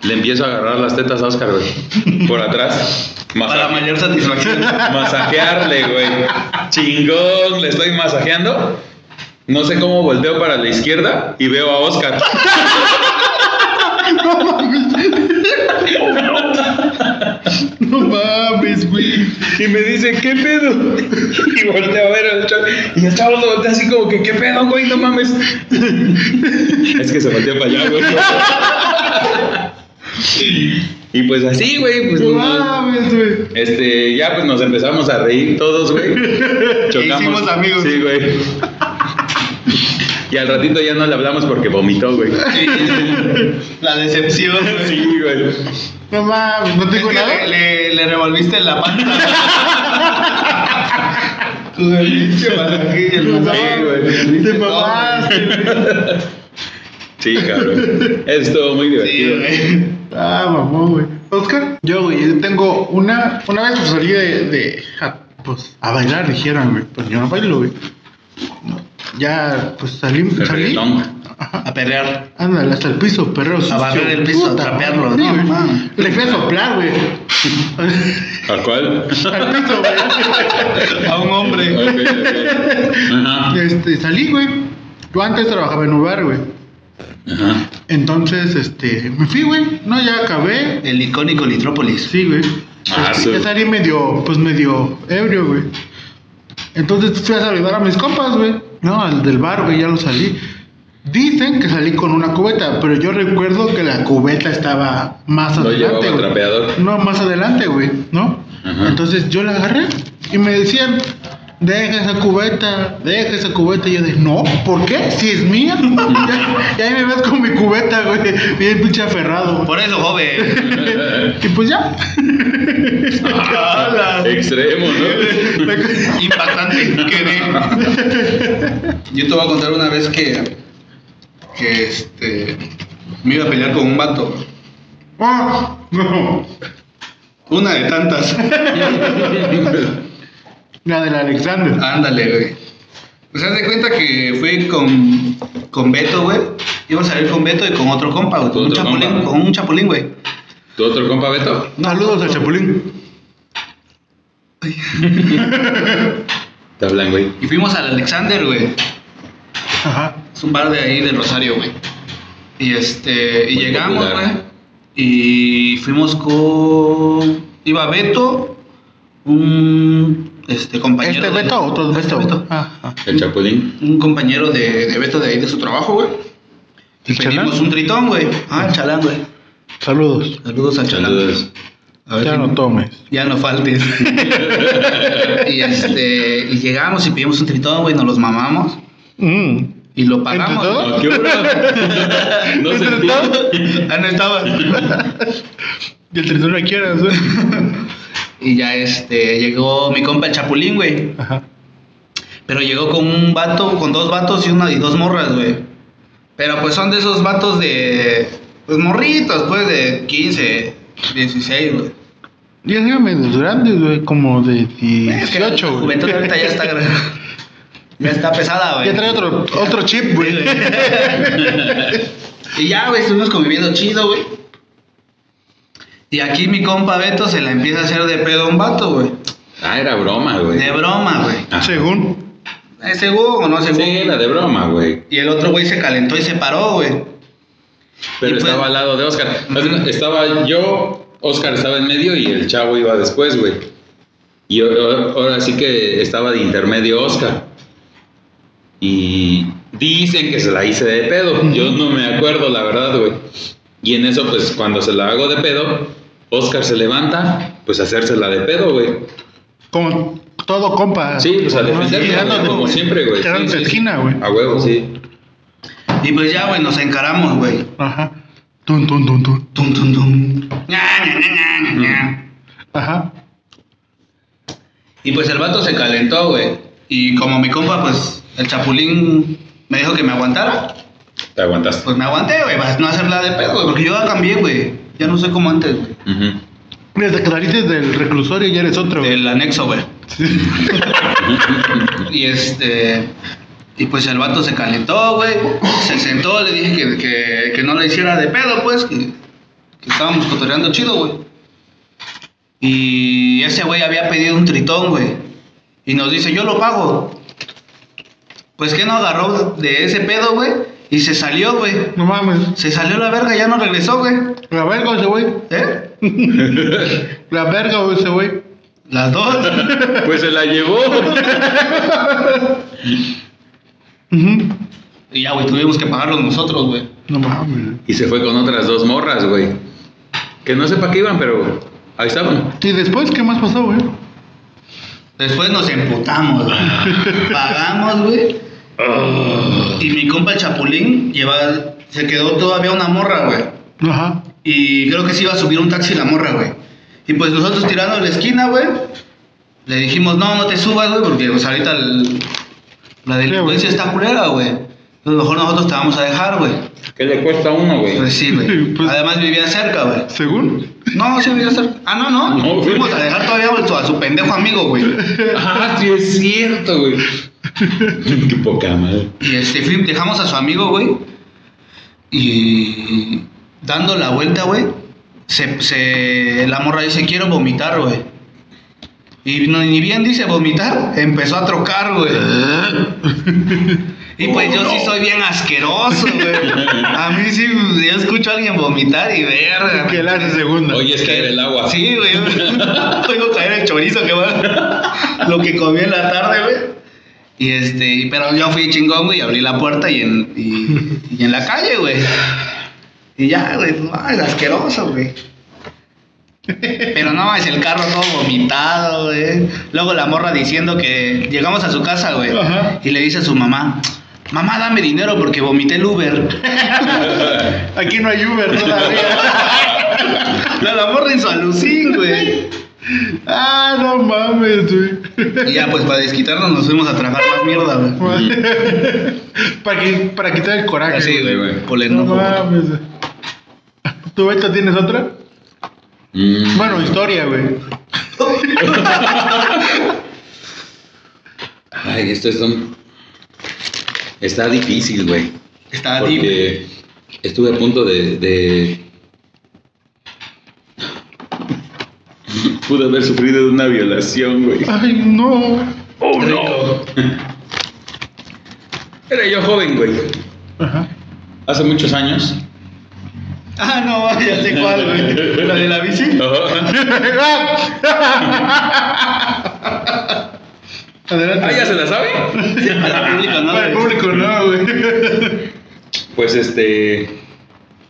Speaker 4: le empiezo a agarrar las tetas a Oscar, güey. Por atrás.
Speaker 6: Para
Speaker 4: Masaje-
Speaker 6: mayor satisfacción.
Speaker 4: Masajearle, güey. Chingón, le estoy masajeando. No sé cómo volteo para la izquierda y veo a Oscar.
Speaker 5: No mames, güey.
Speaker 4: Y me dice, ¿qué pedo? Y volteo a ver al chavo. Y el chavo lo voltea así como que, ¿qué pedo, güey? No mames. es que se volteó para allá, güey. y pues así, güey, pues
Speaker 5: No
Speaker 4: no-
Speaker 5: mames, güey.
Speaker 4: Este, ya pues nos empezamos a reír todos, güey. Chocamos.
Speaker 5: Hicimos amigos.
Speaker 4: Sí, güey. Y al ratito ya no le hablamos porque vomitó, güey.
Speaker 6: La decepción, güey.
Speaker 4: Sí, güey.
Speaker 5: No mames, no
Speaker 6: Es
Speaker 5: tengo
Speaker 6: que
Speaker 5: nada.
Speaker 6: le, le- le revolviste en la panza. Pinche malaquilla,
Speaker 5: No,
Speaker 6: no
Speaker 4: Sí, güey.
Speaker 5: mames, Te mamaste, güey.
Speaker 4: Sí, cabrón. Estuvo muy divertido.
Speaker 6: güey.
Speaker 5: Ah, mamón, güey. Oscar, yo, güey, yo tengo una. Una vez pues, salí de. de- a, pues a bailar, dijeron, güey. Pues yo no bailo, güey. No, Ya, pues salí.
Speaker 4: El
Speaker 5: salí
Speaker 4: reggaetón.
Speaker 6: A pelear.
Speaker 5: Ándale, hasta el piso, perro. sucio,
Speaker 6: barrer el piso,
Speaker 5: puta
Speaker 6: a trapearlo,
Speaker 5: madre,
Speaker 6: ¿no?
Speaker 5: güey.
Speaker 6: Mames.
Speaker 5: Le fui a soplar, güey.
Speaker 4: ¿A cuál?
Speaker 5: Al piso, güey.
Speaker 6: A un hombre.
Speaker 4: Ok, ok. Ajá.
Speaker 5: Este, salí, güey. Yo antes trabajaba en un bar, güey.
Speaker 4: Ajá.
Speaker 5: Entonces, este, me fui, güey. No, ya acabé.
Speaker 6: El icónico Litrópolis.
Speaker 5: Sí, güey.
Speaker 4: Ah,
Speaker 5: Este,
Speaker 4: sí.
Speaker 5: ya pues, salí medio, pues medio ebrio, güey. Entonces fui a saludar a mis compas, güey. No, al del bar, güey, ya lo salí. Dicen que salí con una cubeta, pero yo recuerdo que la cubeta estaba más
Speaker 4: Lo
Speaker 5: adelante.
Speaker 4: llevaba el
Speaker 5: güey.
Speaker 4: trapeador.
Speaker 5: No, más adelante, güey, ¿no?
Speaker 4: Ajá.
Speaker 5: Entonces yo la agarré y me decían, deja esa cubeta, deja esa cubeta. Y yo dije, no, ¿por qué? Si es mía. Ya- y ahí me ves con mi cubeta, güey, bien pinche aferrado. güey.
Speaker 8: Por eso, joven.
Speaker 5: Y pues ya.
Speaker 4: Extremo, ¿no?
Speaker 8: Impactante. Quedé.
Speaker 6: Yo te voy a contar una vez que. Que este. Me iba a pelear con un vato.
Speaker 5: Ah, no.
Speaker 6: Una de tantas.
Speaker 5: La del Alexander.
Speaker 6: Ándale, güey. Pues haz de cuenta que fui con, con Beto, güey. Íbamos a salir con Beto y con otro compa, güey. Con,
Speaker 4: Con
Speaker 6: un
Speaker 4: otro
Speaker 6: chapulín,
Speaker 4: compa.
Speaker 6: con un chapulín, güey.
Speaker 4: ¿Tu otro compa Beto?
Speaker 5: Saludos al Chapulín.
Speaker 4: Te hablan, güey.
Speaker 6: Y fuimos al Alexander, güey.
Speaker 5: Ajá.
Speaker 6: Es un bar de ahí del Rosario, güey. Y este. Y
Speaker 4: Muy
Speaker 6: llegamos,
Speaker 4: popular.
Speaker 6: güey. Y fuimos con. Iba Beto, un este compañero.
Speaker 5: ¿Este
Speaker 6: de-
Speaker 5: Beto o otro
Speaker 6: Este
Speaker 5: Beto?
Speaker 6: Beto.
Speaker 5: Ah, ah.
Speaker 4: El Chapulín.
Speaker 6: Un compañero de, de Beto de ahí de su trabajo, güey. Y
Speaker 5: ¿El
Speaker 6: pedimos
Speaker 5: Chalán?
Speaker 6: un tritón, güey. Ah, el chalán, güey.
Speaker 5: Saludos.
Speaker 6: Saludos al chalán.
Speaker 4: Saludos.
Speaker 6: A ver
Speaker 5: ya
Speaker 6: si-
Speaker 5: no tomes.
Speaker 6: Ya no faltes. y este, y llegamos y pedimos un tritón, güey, nos los mamamos
Speaker 5: Mm.
Speaker 6: y lo pagamos.
Speaker 5: ¿Entre todos?
Speaker 4: No, ¿qué hora? No
Speaker 5: ¿Entre
Speaker 4: sentí.
Speaker 5: todos?
Speaker 6: Ah, no estaba.
Speaker 5: Y el tritón la quieras, güey.
Speaker 6: y ya este, llegó mi compa el Chapulín, güey.
Speaker 5: Ajá.
Speaker 6: Pero llegó con un vato, con dos vatos y una y dos morras, güey. Pero pues son de esos vatos de pues morritos, pues de 15, 16, güey.
Speaker 5: Y así medio grandes, güey, como de
Speaker 6: Es que la
Speaker 5: 18, güey.
Speaker 6: juventud ahorita ya está ya está pesada, güey.
Speaker 5: Ya trae otro, otro chip, güey.
Speaker 6: Y ya, güey, estuvimos conviviendo chido, güey. Y aquí mi compa Beto se la empieza a hacer de pedo a un vato, güey.
Speaker 4: Ah, era broma, güey.
Speaker 6: De broma, güey.
Speaker 4: Ah.
Speaker 5: Según.
Speaker 6: ¿Es seguro o no seguro?
Speaker 4: Sí, era de broma, güey.
Speaker 6: Y el otro güey se calentó y se paró, güey.
Speaker 4: Pero
Speaker 6: Y fue-
Speaker 4: estaba al lado de Oscar. Más bien, Estaba yo, Oscar estaba en medio y el chavo iba después, güey. Y o- o- ahora sí que estaba de intermedio Oscar. Y dicen que se la hice de pedo. Yo no me acuerdo, la verdad, güey. Y en eso, pues cuando se la hago de pedo, Oscar se levanta, pues a hacérsela de pedo, güey.
Speaker 5: Como todo compa.
Speaker 4: Sí, pues a defenderme,
Speaker 5: Tirando
Speaker 4: güey,
Speaker 5: de-
Speaker 4: como siempre, güey.
Speaker 5: tirando
Speaker 4: Sí, sí,
Speaker 5: de
Speaker 4: sí.
Speaker 5: esquina, güey.
Speaker 4: A huevo, sí.
Speaker 6: Y pues ya, güey, nos encaramos, güey.
Speaker 5: Ajá. Tun, tun, tun, tun.
Speaker 6: Tum, tum, tum. Ña, ña, ña, ña, ña, ña.
Speaker 5: Ajá.
Speaker 6: Y pues el vato se calentó, güey. Y como mi compa, pues, el chapulín me dijo que me aguantara.
Speaker 4: Te aguantaste.
Speaker 6: Pues me aguanté, güey, para no hacerla de pedo, güey. Porque yo ya cambié, güey. Ya no soy como antes, güey.
Speaker 4: Ujú.
Speaker 5: Desde que saliste del reclusorio ya eres otro. güey.
Speaker 6: Del anexo, güey. y este. Y pues el vato se calentó, güey. Se sentó, le dije que, que, que no le hiciera de pedo, pues. Que, que estábamos cotoreando chido, güey. Y ese güey había pedido un tritón, güey. Y nos dice, yo lo pago. Pues que no agarró de ese pedo, güey. Y se salió, güey.
Speaker 5: No mames.
Speaker 6: Se salió la verga, ya no regresó, güey.
Speaker 5: La verga ese güey.
Speaker 6: ¿Eh?
Speaker 5: La verga güey, ese güey.
Speaker 6: Las dos.
Speaker 4: Pues se la llevó.
Speaker 5: Ujú.
Speaker 6: y ya, güey, tuvimos que pagarlos nosotros, güey.
Speaker 5: No mames.
Speaker 4: Y se fue con otras dos morras, güey. Que no sé para qué iban, pero ahí estaban.
Speaker 5: ¿Y después qué más pasó, güey?
Speaker 6: Después nos emputamos, güey. Pagamos, güey. Y mi compa el Chapulín lleva, se quedó todavía una morra, güey.
Speaker 5: Ajá.
Speaker 6: Y creo que se iba a subir un taxi la morra, güey. Y pues nosotros tirando a la esquina, güey. Le dijimos, no, no te subas, güey, porque pues, ahorita el- la delincuencia está culera, güey. A lo mejor nosotros te vamos a dejar, güey.
Speaker 4: ¿Qué le cuesta a uno, güey?
Speaker 6: Pues sí, güey.
Speaker 5: Sí, pues-
Speaker 6: Además vivía cerca, güey.
Speaker 5: ¿Según?
Speaker 6: No, sí vivía cerca. Ah, no, no.
Speaker 4: No, güey.
Speaker 6: Fuimos a dejar todavía a su- a su pendejo amigo, güey.
Speaker 4: Ah, sí, es cierto, güey. qué poca madre.
Speaker 6: Y este, fui- dejamos a su amigo, güey. Y dando la vuelta, güey. Se, se, la morra dice, quiero vomitar, güey. Y no- ni bien dice vomitar, empezó a trocar, güey. y pues yo sí soy bien asqueroso, güey. A mí sí, yo escucho a alguien vomitar y verga.
Speaker 5: Que la hace segunda.
Speaker 4: Oye, es caer el agua.
Speaker 6: Sí, güey. Tengo que caer el chorizo que va. Lo que comí en la tarde, güey. Y este, y- pero yo fui chingón, güey, abrí la puerta y en, y, y en la calle, güey. Y ya, güey, no, es asqueroso, güey. Pero no, es el carro todo vomitado, güey. Luego la morra diciendo que llegamos a su casa, güey.
Speaker 5: Ajá.
Speaker 6: Y le dice a su mamá, mamá, dame dinero porque vomité el Uber.
Speaker 5: Aquí no hay Uber todavía.
Speaker 6: La, la morra en su alucín, güey.
Speaker 5: ah, no mames,
Speaker 6: Y
Speaker 5: güey.
Speaker 6: ya, pues, para desquitarnos nos fuimos a tragar más mierda, güey.
Speaker 5: para, que- para quitar el coraje.
Speaker 6: Así, güey,
Speaker 4: güey, güey.
Speaker 6: por el
Speaker 5: No
Speaker 6: enojo.
Speaker 5: mames, güey. ¿Tú, Beto, tienes otra?
Speaker 4: Mm.
Speaker 5: Bueno, historia, güey.
Speaker 4: Ay, esto es un... Está difícil, güey.
Speaker 6: Está deep.
Speaker 4: Porque estuve a punto de, de- Pude haber sufrido una violación, güey.
Speaker 5: Ay, no.
Speaker 4: ¡Oh, no! Era yo joven, güey.
Speaker 5: Ajá.
Speaker 4: Hace muchos años.
Speaker 6: Ah, no, ya sé cuál, güey. La de la bici.
Speaker 4: Ajá.
Speaker 5: Adelante.
Speaker 4: Ah, ¿ya se la sabe?
Speaker 6: Para el público, ¿no?
Speaker 5: Para el público, no, güey.
Speaker 4: Pues este.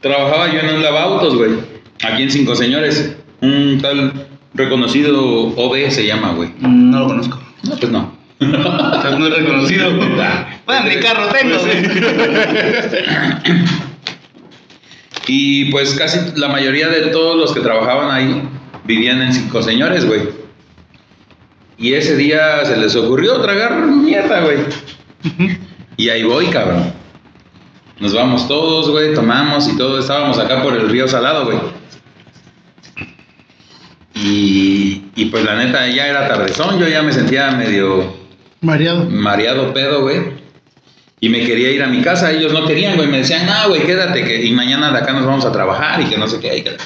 Speaker 4: Trabajaba yo en un lavautos, güey. Aquí en Cinco Señores. Un tal reconocido OB se llama, güey.
Speaker 6: Mm, No lo conozco.
Speaker 4: No, pues no.
Speaker 6: O sea, no es reconocido. Bueno, mi carro tengo, güey.
Speaker 4: Y pues casi la mayoría de todos los que trabajaban ahí vivían en Cinco Señores, güey. Y ese día se les ocurrió tragar mierda, güey. Y ahí voy, cabrón. Nos vamos todos, güey, tomamos y todo. Estábamos acá por el río Salado, güey. Y, y pues la neta, ya era tardezón, yo ya me sentía medio
Speaker 5: Mareado.
Speaker 4: mareado pedo, güey. Y me quería ir a mi casa, ellos no querían, güey. Me decían, no, güey, quédate, que, y mañana de acá nos vamos a trabajar y que no sé qué. y que-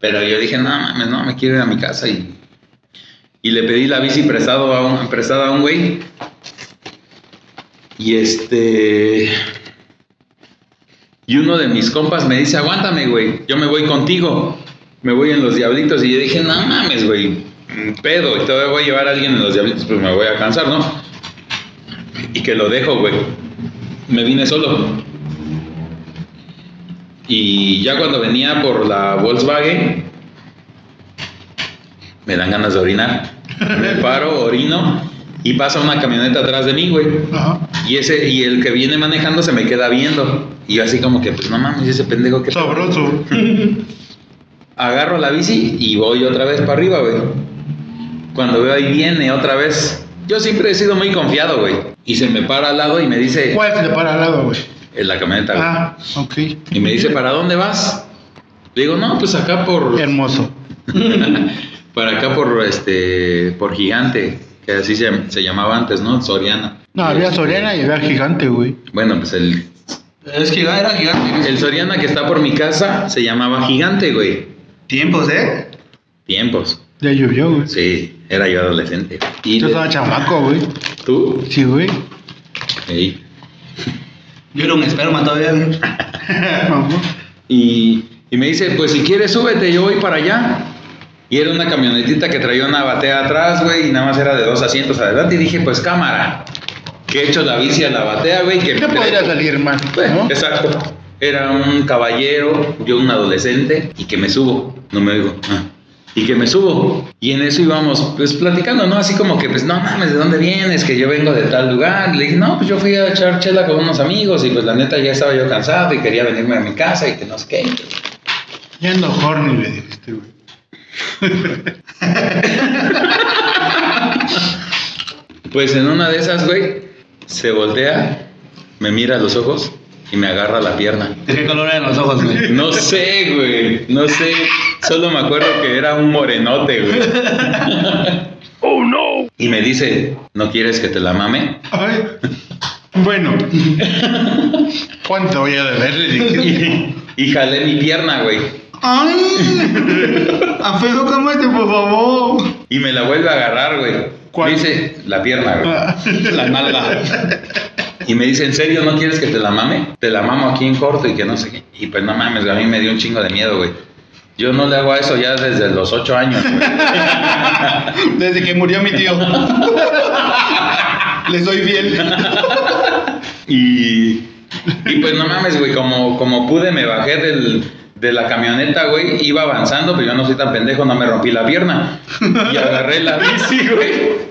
Speaker 4: Pero yo dije, no mames, no, me quiero ir a mi casa. Y, y le pedí la bici prestado a un, prestada a un güey. Y este. Y uno de mis compas me dice, aguántame, güey, yo me voy contigo. Me voy en los diablitos. Y yo dije, no mames, güey, mm, pedo, y todavía voy a llevar a alguien en los diablitos, pues me voy a cansar, ¿no? y que lo dejo, güey. Me vine solo. Y ya cuando venía por la Volkswagen, me dan ganas de orinar. Me paro, orino y pasa una camioneta atrás de mí, güey.
Speaker 5: Ajá.
Speaker 4: Y ese y el que viene manejando se me queda viendo. Y yo así como que, pues no mames, ese pendejo que...
Speaker 5: Sabroso.
Speaker 4: Agarro la bici y voy otra vez para arriba, güey. Cuando veo ahí viene otra vez. Yo siempre he sido muy confiado, güey. Y se me para al lado y me dice...
Speaker 5: ¿Cuál se te Pues, para al lado, güey?
Speaker 4: En la camioneta, güey.
Speaker 5: Ah, ok.
Speaker 4: Y me dice, ¿para dónde vas? Le digo, no, pues acá por...
Speaker 5: Hermoso.
Speaker 4: Para acá por, este, por Gigante, que así se, se llamaba antes, ¿no? Soriana.
Speaker 5: No, había Soriana y había Gigante, güey.
Speaker 4: Bueno, pues el,
Speaker 6: Es que era gigante.
Speaker 4: el Soriana que está por mi casa se llamaba Gigante, güey.
Speaker 6: Tiempos, ¿eh?
Speaker 4: Tiempos.
Speaker 5: Ya llovió, güey.
Speaker 4: Sí, era yo adolescente. ¿Y
Speaker 5: Yo
Speaker 4: de-
Speaker 5: estaba chamaco, güey.
Speaker 4: tú?
Speaker 5: Sí, güey.
Speaker 4: Sí.
Speaker 6: Yo era un esperma todavía, güey.
Speaker 5: Mamá.
Speaker 4: Y, y me dice, pues si quieres súbete, yo voy para allá. Y era una camionetita que traía una batea atrás, güey, y nada más era de dos asientos adelante. Y dije, pues cámara, que he hecho la bici a la batea, güey, que
Speaker 5: ¿Qué
Speaker 4: me-
Speaker 5: podría salir mal?
Speaker 4: Pues,
Speaker 5: ¿no?
Speaker 4: Exacto. Era un caballero, yo un adolescente, y que me subo. No me oigo. Ah. Y que me subo. Y en eso íbamos, pues platicando, ¿no? Así como que, pues, no mames, ¿de dónde vienes? Que yo vengo de tal lugar. Le dije, no, pues yo fui a echar chela con unos amigos, y pues la neta ya estaba yo cansado y quería venirme a mi casa y que no sé qué.
Speaker 5: Ya ando horny, le dijiste, güey.
Speaker 4: Pues en una de esas, güey, se voltea, me mira a los ojos y me agarra la pierna.
Speaker 6: ¿De qué color eran los ojos, güey?
Speaker 4: No sé, güey. No sé. Solo me acuerdo que era un morenote, güey. Oh no. Y me dice, ¿no quieres que te la mame?
Speaker 5: Ay. Bueno. ¿Cuánto voy a deber? Le dije.
Speaker 4: Y, y jalé mi pierna, güey.
Speaker 6: ¡Ay! Afejo, cámate, por favor.
Speaker 4: Y me la vuelve a agarrar, güey.
Speaker 5: ¿Cuál?
Speaker 4: Me dice, la pierna,
Speaker 5: Ah.
Speaker 4: güey. La nalga. Y me dice, ¿en serio no quieres que te la mame? Te la mamo aquí en corto y que no sé qué. Y pues no mames, a mí me dio un chingo de miedo, güey. Yo no le hago a eso ya desde los ocho años, güey.
Speaker 6: Desde que murió mi tío.
Speaker 5: Le soy fiel.
Speaker 4: Y, y pues no mames, güey, como, como pude me bajé del, de la camioneta, güey, iba avanzando, pero yo no soy tan pendejo, no me rompí la pierna. Y agarré la bici, güey.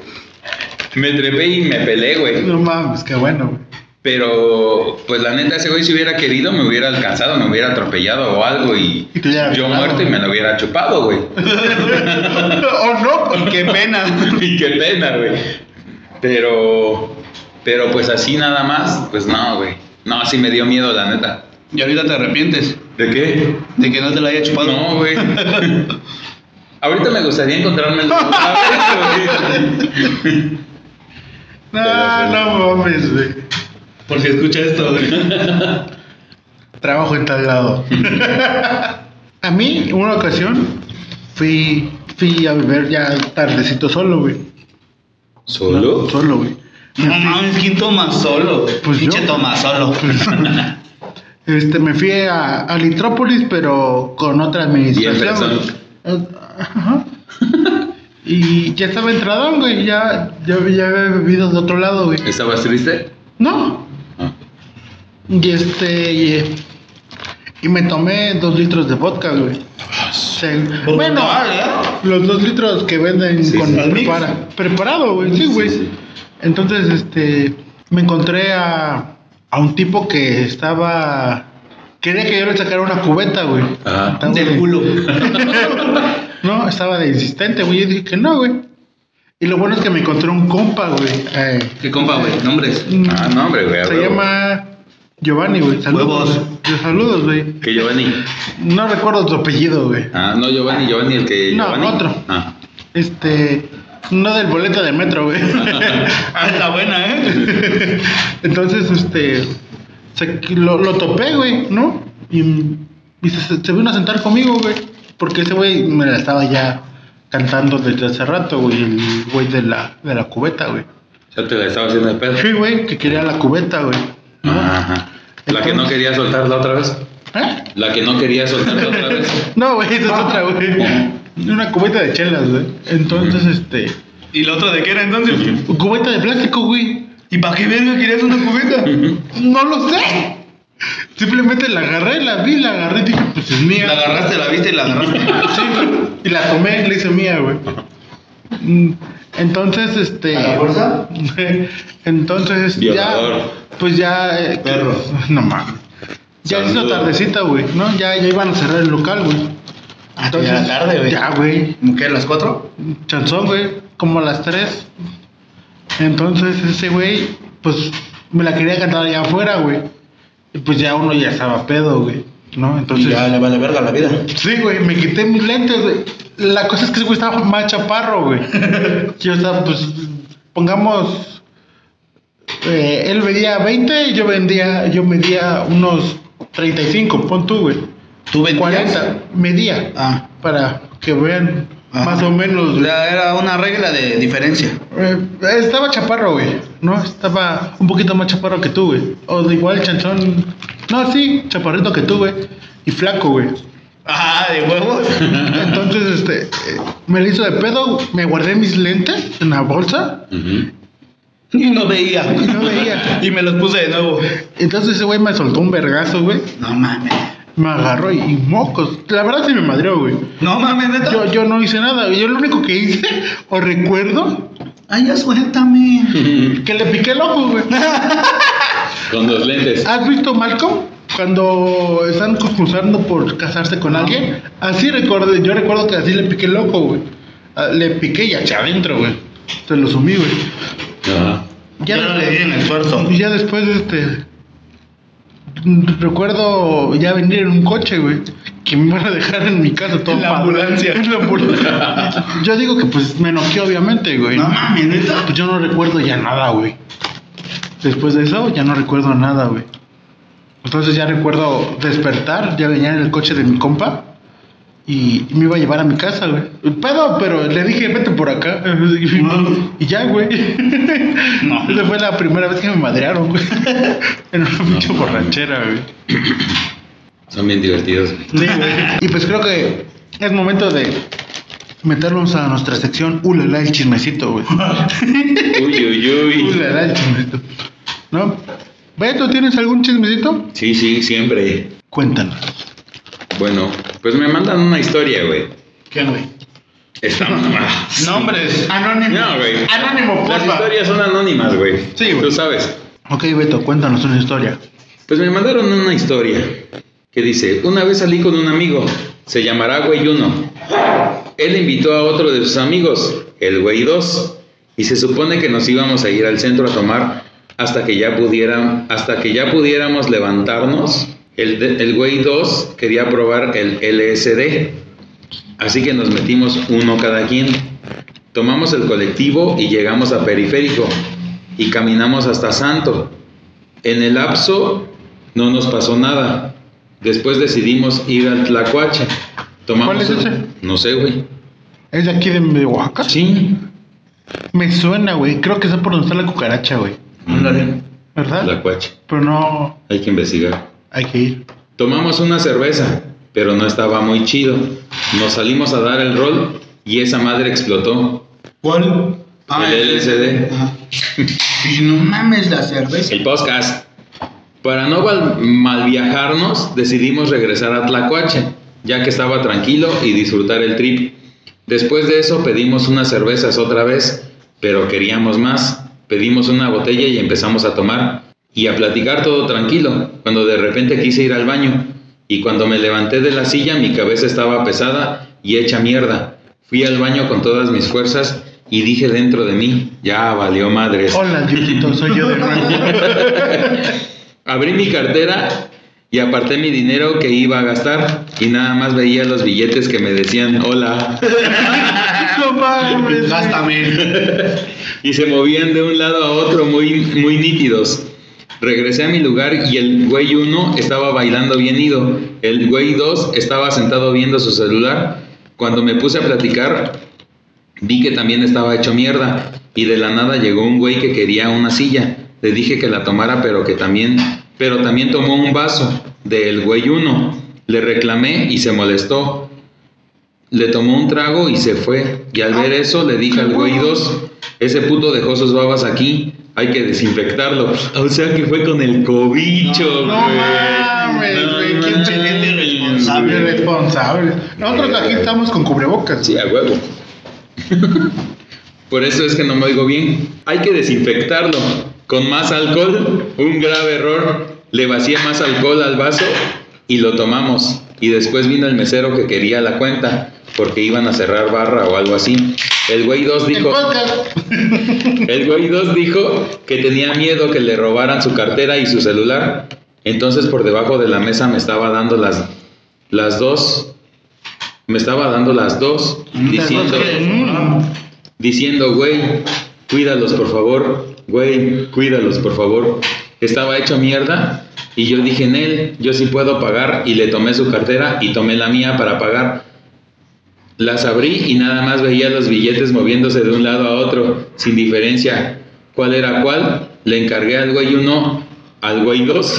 Speaker 4: Me trepé y me pelé, güey.
Speaker 5: No mames, qué bueno, güey.
Speaker 4: Pero, pues la neta, ese güey si hubiera querido me hubiera alcanzado, me hubiera atropellado o algo y
Speaker 5: Y te hubiera
Speaker 4: yo
Speaker 5: violado.
Speaker 4: muerto y me lo hubiera chupado, güey.
Speaker 5: Oh, no, qué pena.
Speaker 4: y qué pena, güey. Pero, pero pues así nada más, pues no, güey. No, sí me dio miedo, la neta.
Speaker 6: Y ahorita te arrepientes
Speaker 4: ¿De qué?
Speaker 6: de que no te la haya chupado.
Speaker 4: No, güey. Ahorita me gustaría encontrarme el güey.
Speaker 5: No, no mames, güey.
Speaker 6: Por si escucha esto, güey.
Speaker 5: Trabajo en tal lado. a mí, en una ocasión, fui, fui a beber ya tardecito solo, güey.
Speaker 4: ¿Solo?
Speaker 5: Solo, güey.
Speaker 6: No mames, ¿quién toma solo?
Speaker 5: Pues
Speaker 6: Pinche
Speaker 5: yo. Pues,
Speaker 6: toma solo.
Speaker 5: Este, me fui a, a Litrópolis, pero con otra
Speaker 4: Bien,
Speaker 5: administración.
Speaker 4: personas.
Speaker 5: Eh, ajá. y ya estaba entradón, güey. Ya, ya, ya había bebido de otro lado, güey.
Speaker 4: ¿Estabas triste?
Speaker 5: No.
Speaker 4: Ah.
Speaker 5: Y este. Y, eh, y me tomé dos litros de vodka, güey. Se- bueno,
Speaker 6: ¿eh?
Speaker 5: los dos litros que venden
Speaker 4: Sí,
Speaker 5: con
Speaker 4: sí.
Speaker 5: prepara- preparado, güey. Sí, güey.
Speaker 4: sí.
Speaker 5: Entonces, este. Me encontré a, a un tipo que estaba. Quería que yo le sacara una cubeta, güey.
Speaker 4: Ajá.
Speaker 5: Estaba
Speaker 6: Del
Speaker 5: de-
Speaker 6: culo.
Speaker 5: no, estaba de insistente, güey. Yo dije que no, güey. Y lo bueno es que me encontré un compa, güey. Eh,
Speaker 6: ¿Qué compa, güey? Nombres.
Speaker 4: Ah, no, hombre, güey. a
Speaker 5: Mm. se
Speaker 4: huevo.
Speaker 5: llama Giovanni, güey. Saludos.
Speaker 6: Huevos.
Speaker 5: Yo saludos, güey.
Speaker 4: ¿Qué Giovanni?
Speaker 5: No recuerdo tu apellido, güey.
Speaker 4: Ah, no, Giovanni, Giovanni, el que.
Speaker 5: No,
Speaker 4: Giovanni.
Speaker 5: otro.
Speaker 4: Ah.
Speaker 5: Este. No del boleto de metro, güey.
Speaker 6: Ah, está buena, ¿eh?
Speaker 5: Entonces, este. se- lo, lo topé, güey, ¿no? Y, y se, se vino a sentar conmigo, güey. Porque ese güey me la estaba ya cantando desde hace rato, güey. El güey de la, de la cubeta, güey.
Speaker 4: Ya te la estaba haciendo de pedo. Ah,
Speaker 5: Sí, güey, que quería la cubeta, güey. ¿no?
Speaker 4: Ajá. La que no quería soltar la otra vez.
Speaker 5: ¿Eh?
Speaker 4: La que no quería soltar la otra vez.
Speaker 5: No, güey, esa es otra, güey. Una cubeta de chelas, güey. Entonces, este.
Speaker 6: ¿Y la otra de qué era entonces?
Speaker 5: Cubeta de plástico, güey.
Speaker 6: ¿Y para qué verga querías una cubeta?
Speaker 5: No lo sé. Simplemente la agarré, la vi, la agarré y dije, pues es mía.
Speaker 6: La agarraste, la viste y la agarraste.
Speaker 5: Sí, güey. y la tomé y la hice mía, güey. Mm, Entonces, este.
Speaker 3: ¿A la fuerza?
Speaker 5: Entonces,
Speaker 4: Violador.
Speaker 5: ya. Pues ya. eh,
Speaker 6: Perro.
Speaker 5: No mames. Ya hizo
Speaker 4: Saludo.
Speaker 5: tardecita, güey, ¿no? Ya, ya iban a cerrar el local, güey.
Speaker 6: Ah,
Speaker 3: ya era tarde, güey.
Speaker 5: Ya, güey.
Speaker 3: ¿Cómo que a las 4?
Speaker 5: Chanzón, güey, como a las 3. Entonces ese güey, pues me la quería cantar allá afuera, güey. Y pues ya uno ya estaba pedo, güey. ¿No? Entonces.
Speaker 3: ya le vale verga la vida.
Speaker 5: Sí, güey, me quité mis lentes, güey. La cosa es que ese güey estaba más chaparro, güey. Yo estaba, pues, pongamos. eh, él vendía 20 y yo vendía, yo medía unos 35, pon tú, güey.
Speaker 6: ¿Tú vendías?
Speaker 5: 40, medía.
Speaker 6: Ah.
Speaker 5: Para que vean
Speaker 6: Ajá.
Speaker 5: más o menos.
Speaker 6: O
Speaker 5: güey.
Speaker 6: sea, Pues, era una regla de diferencia.
Speaker 5: Eh, estaba chaparro, güey. No, estaba un poquito más chaparro que tú, güey. O de igual chanchón. No, sí, chaparrito que tú, güey. Y flaco, güey.
Speaker 6: Ah, de huevos.
Speaker 5: Entonces, este, eh, me le hizo de pedo, me guardé mis lentes en la bolsa
Speaker 4: Ujú.
Speaker 6: Y no veía.
Speaker 5: y no veía.
Speaker 6: Y me los puse de nuevo.
Speaker 5: Entonces ese güey me soltó un vergazo, güey.
Speaker 6: No mames.
Speaker 5: Me agarró y, y mocos. La verdad sí me madreó, güey.
Speaker 6: No mames, neta.
Speaker 5: Yo, yo no hice nada, güey. Yo lo único que hice, o recuerdo,
Speaker 6: Ay, ya suéltame.
Speaker 5: que le piqué el ojo, güey.
Speaker 4: Con dos lentes.
Speaker 5: ¿Has visto Malcolm? Cuando están concursando por casarse con alguien, así recordé, yo recuerdo que así le piqué loco, güey. Ah, Le piqué y hacia adentro, güey. Se lo sumí, güey.
Speaker 4: Ajá.
Speaker 5: Ya,
Speaker 6: no
Speaker 5: después-
Speaker 6: le di en esfuerzo.
Speaker 5: y ya después, este. mm, Recuerdo ya venir en un coche, güey. Que me van a dejar en mi casa todo
Speaker 6: En la
Speaker 5: pa-
Speaker 6: ambulancia.
Speaker 5: En la ambulancia. Yo digo que pues me noqué, obviamente, güey.
Speaker 6: No
Speaker 5: ¿no?
Speaker 6: mames, neta.
Speaker 5: Pues yo no recuerdo ya nada, güey. Después de eso, ya no recuerdo nada, güey. Entonces ya recuerdo despertar, ya venía en el coche de mi compa y me iba a llevar a mi casa, güey. Pedo, pero le dije, vete por acá. Y ya, güey.
Speaker 6: No.
Speaker 5: Esa fue la primera vez que me madrearon, güey. En una pinche borrachera, güey.
Speaker 4: Son bien divertidos. güey.
Speaker 5: Sí, güey. Y pues creo que es momento de meternos a nuestra sección Ulala el chismecito, güey.
Speaker 4: Uy, uy, uy.
Speaker 5: Ulala el chismecito. ¿No? Beto, ¿tienes algún chismecito?
Speaker 4: Sí, sí, siempre.
Speaker 5: Cuéntanos.
Speaker 4: Bueno, pues me mandan una historia, güey.
Speaker 5: ¿Qué, güey?
Speaker 4: Está más.
Speaker 6: Nombres.
Speaker 5: Anónimo.
Speaker 4: No, güey.
Speaker 5: Anónimo,
Speaker 4: Las
Speaker 5: porfa.
Speaker 4: historias son anónimas, güey.
Speaker 5: ah, Sí, güey.
Speaker 4: Tú sabes.
Speaker 5: Ok, Beto, cuéntanos una historia.
Speaker 4: Pues me mandaron una historia que dice, una vez salí con un amigo, se llamará Güey 1. Él invitó a otro de sus amigos, el Güey 2, y se supone que nos íbamos a ir al centro a tomar hasta que ya, pudieran, hasta que ya pudiéramos levantarnos. El, de- el Güey 2 quería probar el LSD, así que nos metimos uno cada quien. Tomamos el colectivo y llegamos a Periférico y caminamos hasta Santo. En el lapso no nos pasó nada. Después decidimos ir al Tlacuache. Tomamos
Speaker 5: ¿Cuál es
Speaker 4: un-
Speaker 5: ese?
Speaker 4: No sé, güey.
Speaker 5: ¿Es de aquí de de Oaxaca?
Speaker 4: Sí.
Speaker 5: Me suena, güey. Creo que es por donde está la cucaracha, güey. ¿Verdad?
Speaker 4: Tlacuache.
Speaker 5: Pero no
Speaker 4: Hay que investigar.
Speaker 5: hay que ir.
Speaker 4: Tomamos una cerveza, pero no estaba muy chido. Nos salimos a dar el rol y esa madre explotó.
Speaker 6: ¿Cuál?
Speaker 4: el LSD.
Speaker 6: Ajá. Y no mames la cerveza.
Speaker 4: El podcast. Para no val- mal viajarnos, decidimos regresar a Tlacuache, ya que estaba tranquilo y disfrutar el trip. Después de eso pedimos unas cervezas otra vez, pero queríamos más. Pedimos una botella y empezamos a tomar y a platicar todo tranquilo, cuando de repente quise ir al baño. Y cuando me levanté de la silla mi cabeza estaba pesada y hecha mierda. Fui al baño con todas mis fuerzas y dije dentro de mí, ya valió madres.
Speaker 5: Hola, Diosito, soy yo de nuevo.
Speaker 4: Abrí mi cartera y aparté mi dinero que iba a gastar y nada más veía los billetes que me decían hola
Speaker 5: no mames.
Speaker 6: Gástame.
Speaker 4: y se movían de un lado a otro muy, muy nítidos. Regresé a mi lugar y el güey 1 estaba bailando bien ido, el güey 2 estaba sentado viendo su celular. Cuando me puse a platicar, vi que también estaba hecho mierda y de la nada llegó un güey que quería una silla. Le dije que la tomara, pero que también, pero también tomó un vaso del güey 1. Le reclamé y se molestó. Le tomó un trago y se fue. Y al ver eso le dije al güey 2, ese puto dejó sus babas aquí, hay que desinfectarlo. O sea que fue con el cobicho,
Speaker 5: No
Speaker 4: güey.
Speaker 5: mames,
Speaker 4: No
Speaker 5: güey. Qué
Speaker 4: mames,
Speaker 5: pendejo
Speaker 4: güey.
Speaker 5: responsable. Responsable. Nosotros aquí estamos con cubrebocas.
Speaker 4: Sí, a huevo. Por eso es que no me oigo bien. Hay que desinfectarlo. Con más alcohol, un grave error. Le vacié más alcohol al vaso y lo tomamos. Y después vino el mesero que quería la cuenta porque iban a cerrar barra o algo así. El güey 2
Speaker 5: El
Speaker 4: dijo...
Speaker 5: podcast.
Speaker 4: El güey 2 dijo que tenía miedo que le robaran su cartera y su celular. Entonces por debajo de la mesa me estaba dando las, las dos. Me estaba dando las dos. Diciendo, Mm. diciendo, güey, cuídalos por favor. Güey, cuídalos por favor. Estaba hecho mierda. Y yo dije en él, yo sí puedo pagar. Y le tomé su cartera y tomé la mía para pagar. Las abrí y nada más veía los billetes moviéndose de un lado a otro, sin diferencia cuál era cuál. Le encargué al güey uno, al güey dos,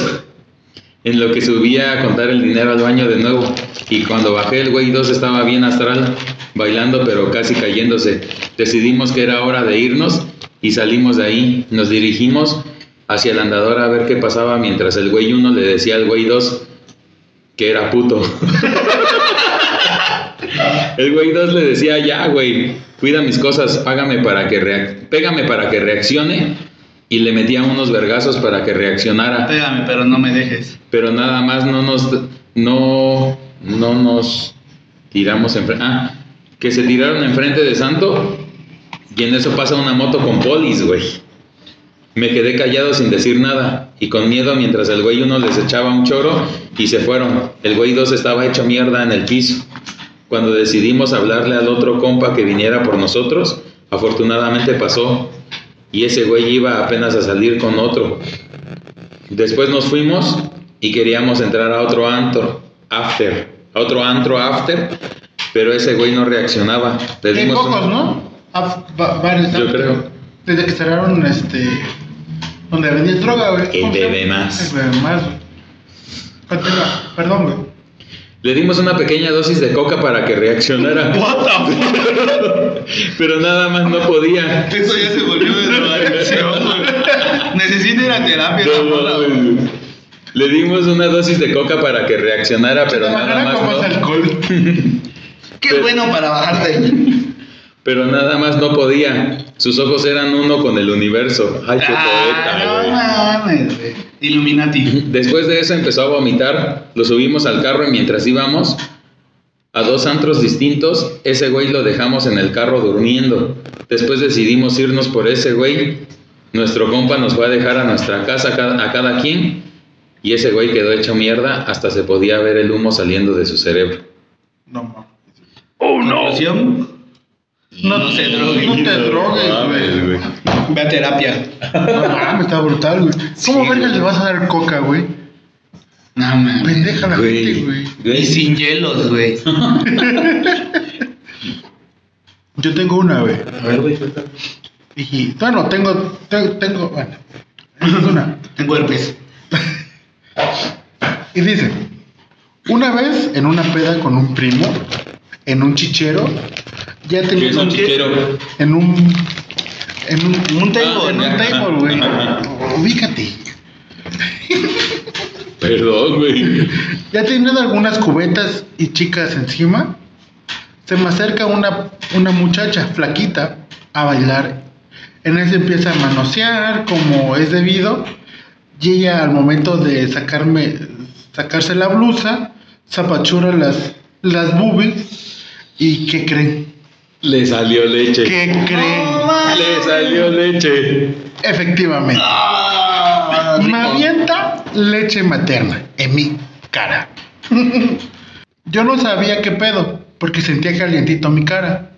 Speaker 4: en lo que subía a contar el dinero al baño de nuevo. Y cuando bajé, el güey dos estaba bien astral, bailando pero casi cayéndose. Decidimos que era hora de irnos y salimos de ahí. Nos dirigimos hacia el andador a ver qué pasaba mientras el güey uno le decía al güey dos que era puto. El güey 2 le decía, ya, güey, cuida mis cosas, págame para que reac- pégame para que reaccione. Y le metía unos vergazos para que reaccionara.
Speaker 6: Pégame, pero no me dejes.
Speaker 4: Pero nada más no nos, no, no nos tiramos enfrente. Ah, que se tiraron enfrente de Santo. Y en eso pasa una moto con polis, güey. Me quedé callado sin decir nada y con miedo mientras el güey uno les echaba un choro y se fueron. El güey dos estaba hecho mierda en el piso. Cuando decidimos hablarle al otro compa que viniera por nosotros, afortunadamente pasó y ese güey iba apenas a salir con otro. Después nos fuimos y queríamos entrar a otro antro after, a otro antro after, pero ese güey no reaccionaba. Le
Speaker 5: Hay
Speaker 4: dimos un-
Speaker 5: pocos, ¿no? Ah, va- varios.
Speaker 4: Yo creo.
Speaker 5: Desde que cerraron este. Donde vendías droga, güey.
Speaker 4: El
Speaker 5: ¿Cómo se llama?
Speaker 4: Bebemás.
Speaker 5: El bebé más. Continúa. Perdón, güey.
Speaker 4: Le dimos una pequeña dosis de coca para que reaccionara.
Speaker 6: What the fuck?
Speaker 4: Pero nada más no podía.
Speaker 6: Eso ya se volvió de drogadicción, güey. Necesito ir a terapia,
Speaker 4: No,
Speaker 6: la morra, güey.
Speaker 4: mames. Le dimos una dosis de coca para que reaccionara, pero nada
Speaker 5: Ahora
Speaker 4: más
Speaker 5: comas
Speaker 4: no.
Speaker 5: alcohol.
Speaker 6: Qué
Speaker 4: Pero-
Speaker 6: bueno para bajarte.
Speaker 4: Pero nada más no podía. Sus ojos eran uno con el universo. Ay, qué
Speaker 6: Ah,
Speaker 4: poeta,
Speaker 6: no
Speaker 4: güey.
Speaker 6: mames, güey. Illuminati.
Speaker 4: Después de eso empezó a vomitar, lo subimos al carro y mientras íbamos a dos antros distintos, ese güey lo dejamos en el carro durmiendo. Después decidimos irnos por ese güey. Nuestro compa nos fue a dejar a nuestra casa a cada, a cada quien y ese güey quedó hecho mierda hasta se podía ver el humo saliendo de su cerebro.
Speaker 5: No, mames.
Speaker 6: Conclusión,
Speaker 5: No,
Speaker 6: No se droguen.
Speaker 5: No te drogues, güey.
Speaker 6: Ve a terapia.
Speaker 5: No mames, está brutal, güey. ¿Cómo
Speaker 6: Sí,
Speaker 5: verga
Speaker 6: güey.
Speaker 5: le vas a dar coca, güey?
Speaker 6: No mames.
Speaker 5: Pendeja la
Speaker 4: Güey,
Speaker 5: gente, güey.
Speaker 4: güey,
Speaker 6: Y sin hielos, güey.
Speaker 5: Yo tengo una, güey.
Speaker 3: A ver, güey, suelta.
Speaker 5: Y, bueno, tengo, tengo, tengo, bueno. Tengo una.
Speaker 6: Tengo herpes.
Speaker 5: Y dice, una vez en una peda con un primo, en un chichero, ya
Speaker 4: ¿qué es
Speaker 5: teniendo
Speaker 4: un
Speaker 5: que-
Speaker 4: chichero?
Speaker 5: en un en un, en un table,
Speaker 4: Ah,
Speaker 5: en un
Speaker 4: ajá.
Speaker 5: table, güey. Ubícate.
Speaker 4: Perdón, güey.
Speaker 5: Ya teniendo algunas cubetas y chicas encima, se me acerca una, una muchacha flaquita a bailar. En eso empieza a manosear como es debido. Y ella al momento de sacarme, sacarse la blusa, zapachura las, las boobies. ¿Y qué creen?
Speaker 4: Le salió leche.
Speaker 5: ¿Qué creen?
Speaker 4: Le salió leche.
Speaker 5: Efectivamente.
Speaker 6: Ah,
Speaker 5: Me
Speaker 6: rico.
Speaker 5: avienta leche materna en mi cara. Yo no sabía qué pedo, porque sentía calientito mi cara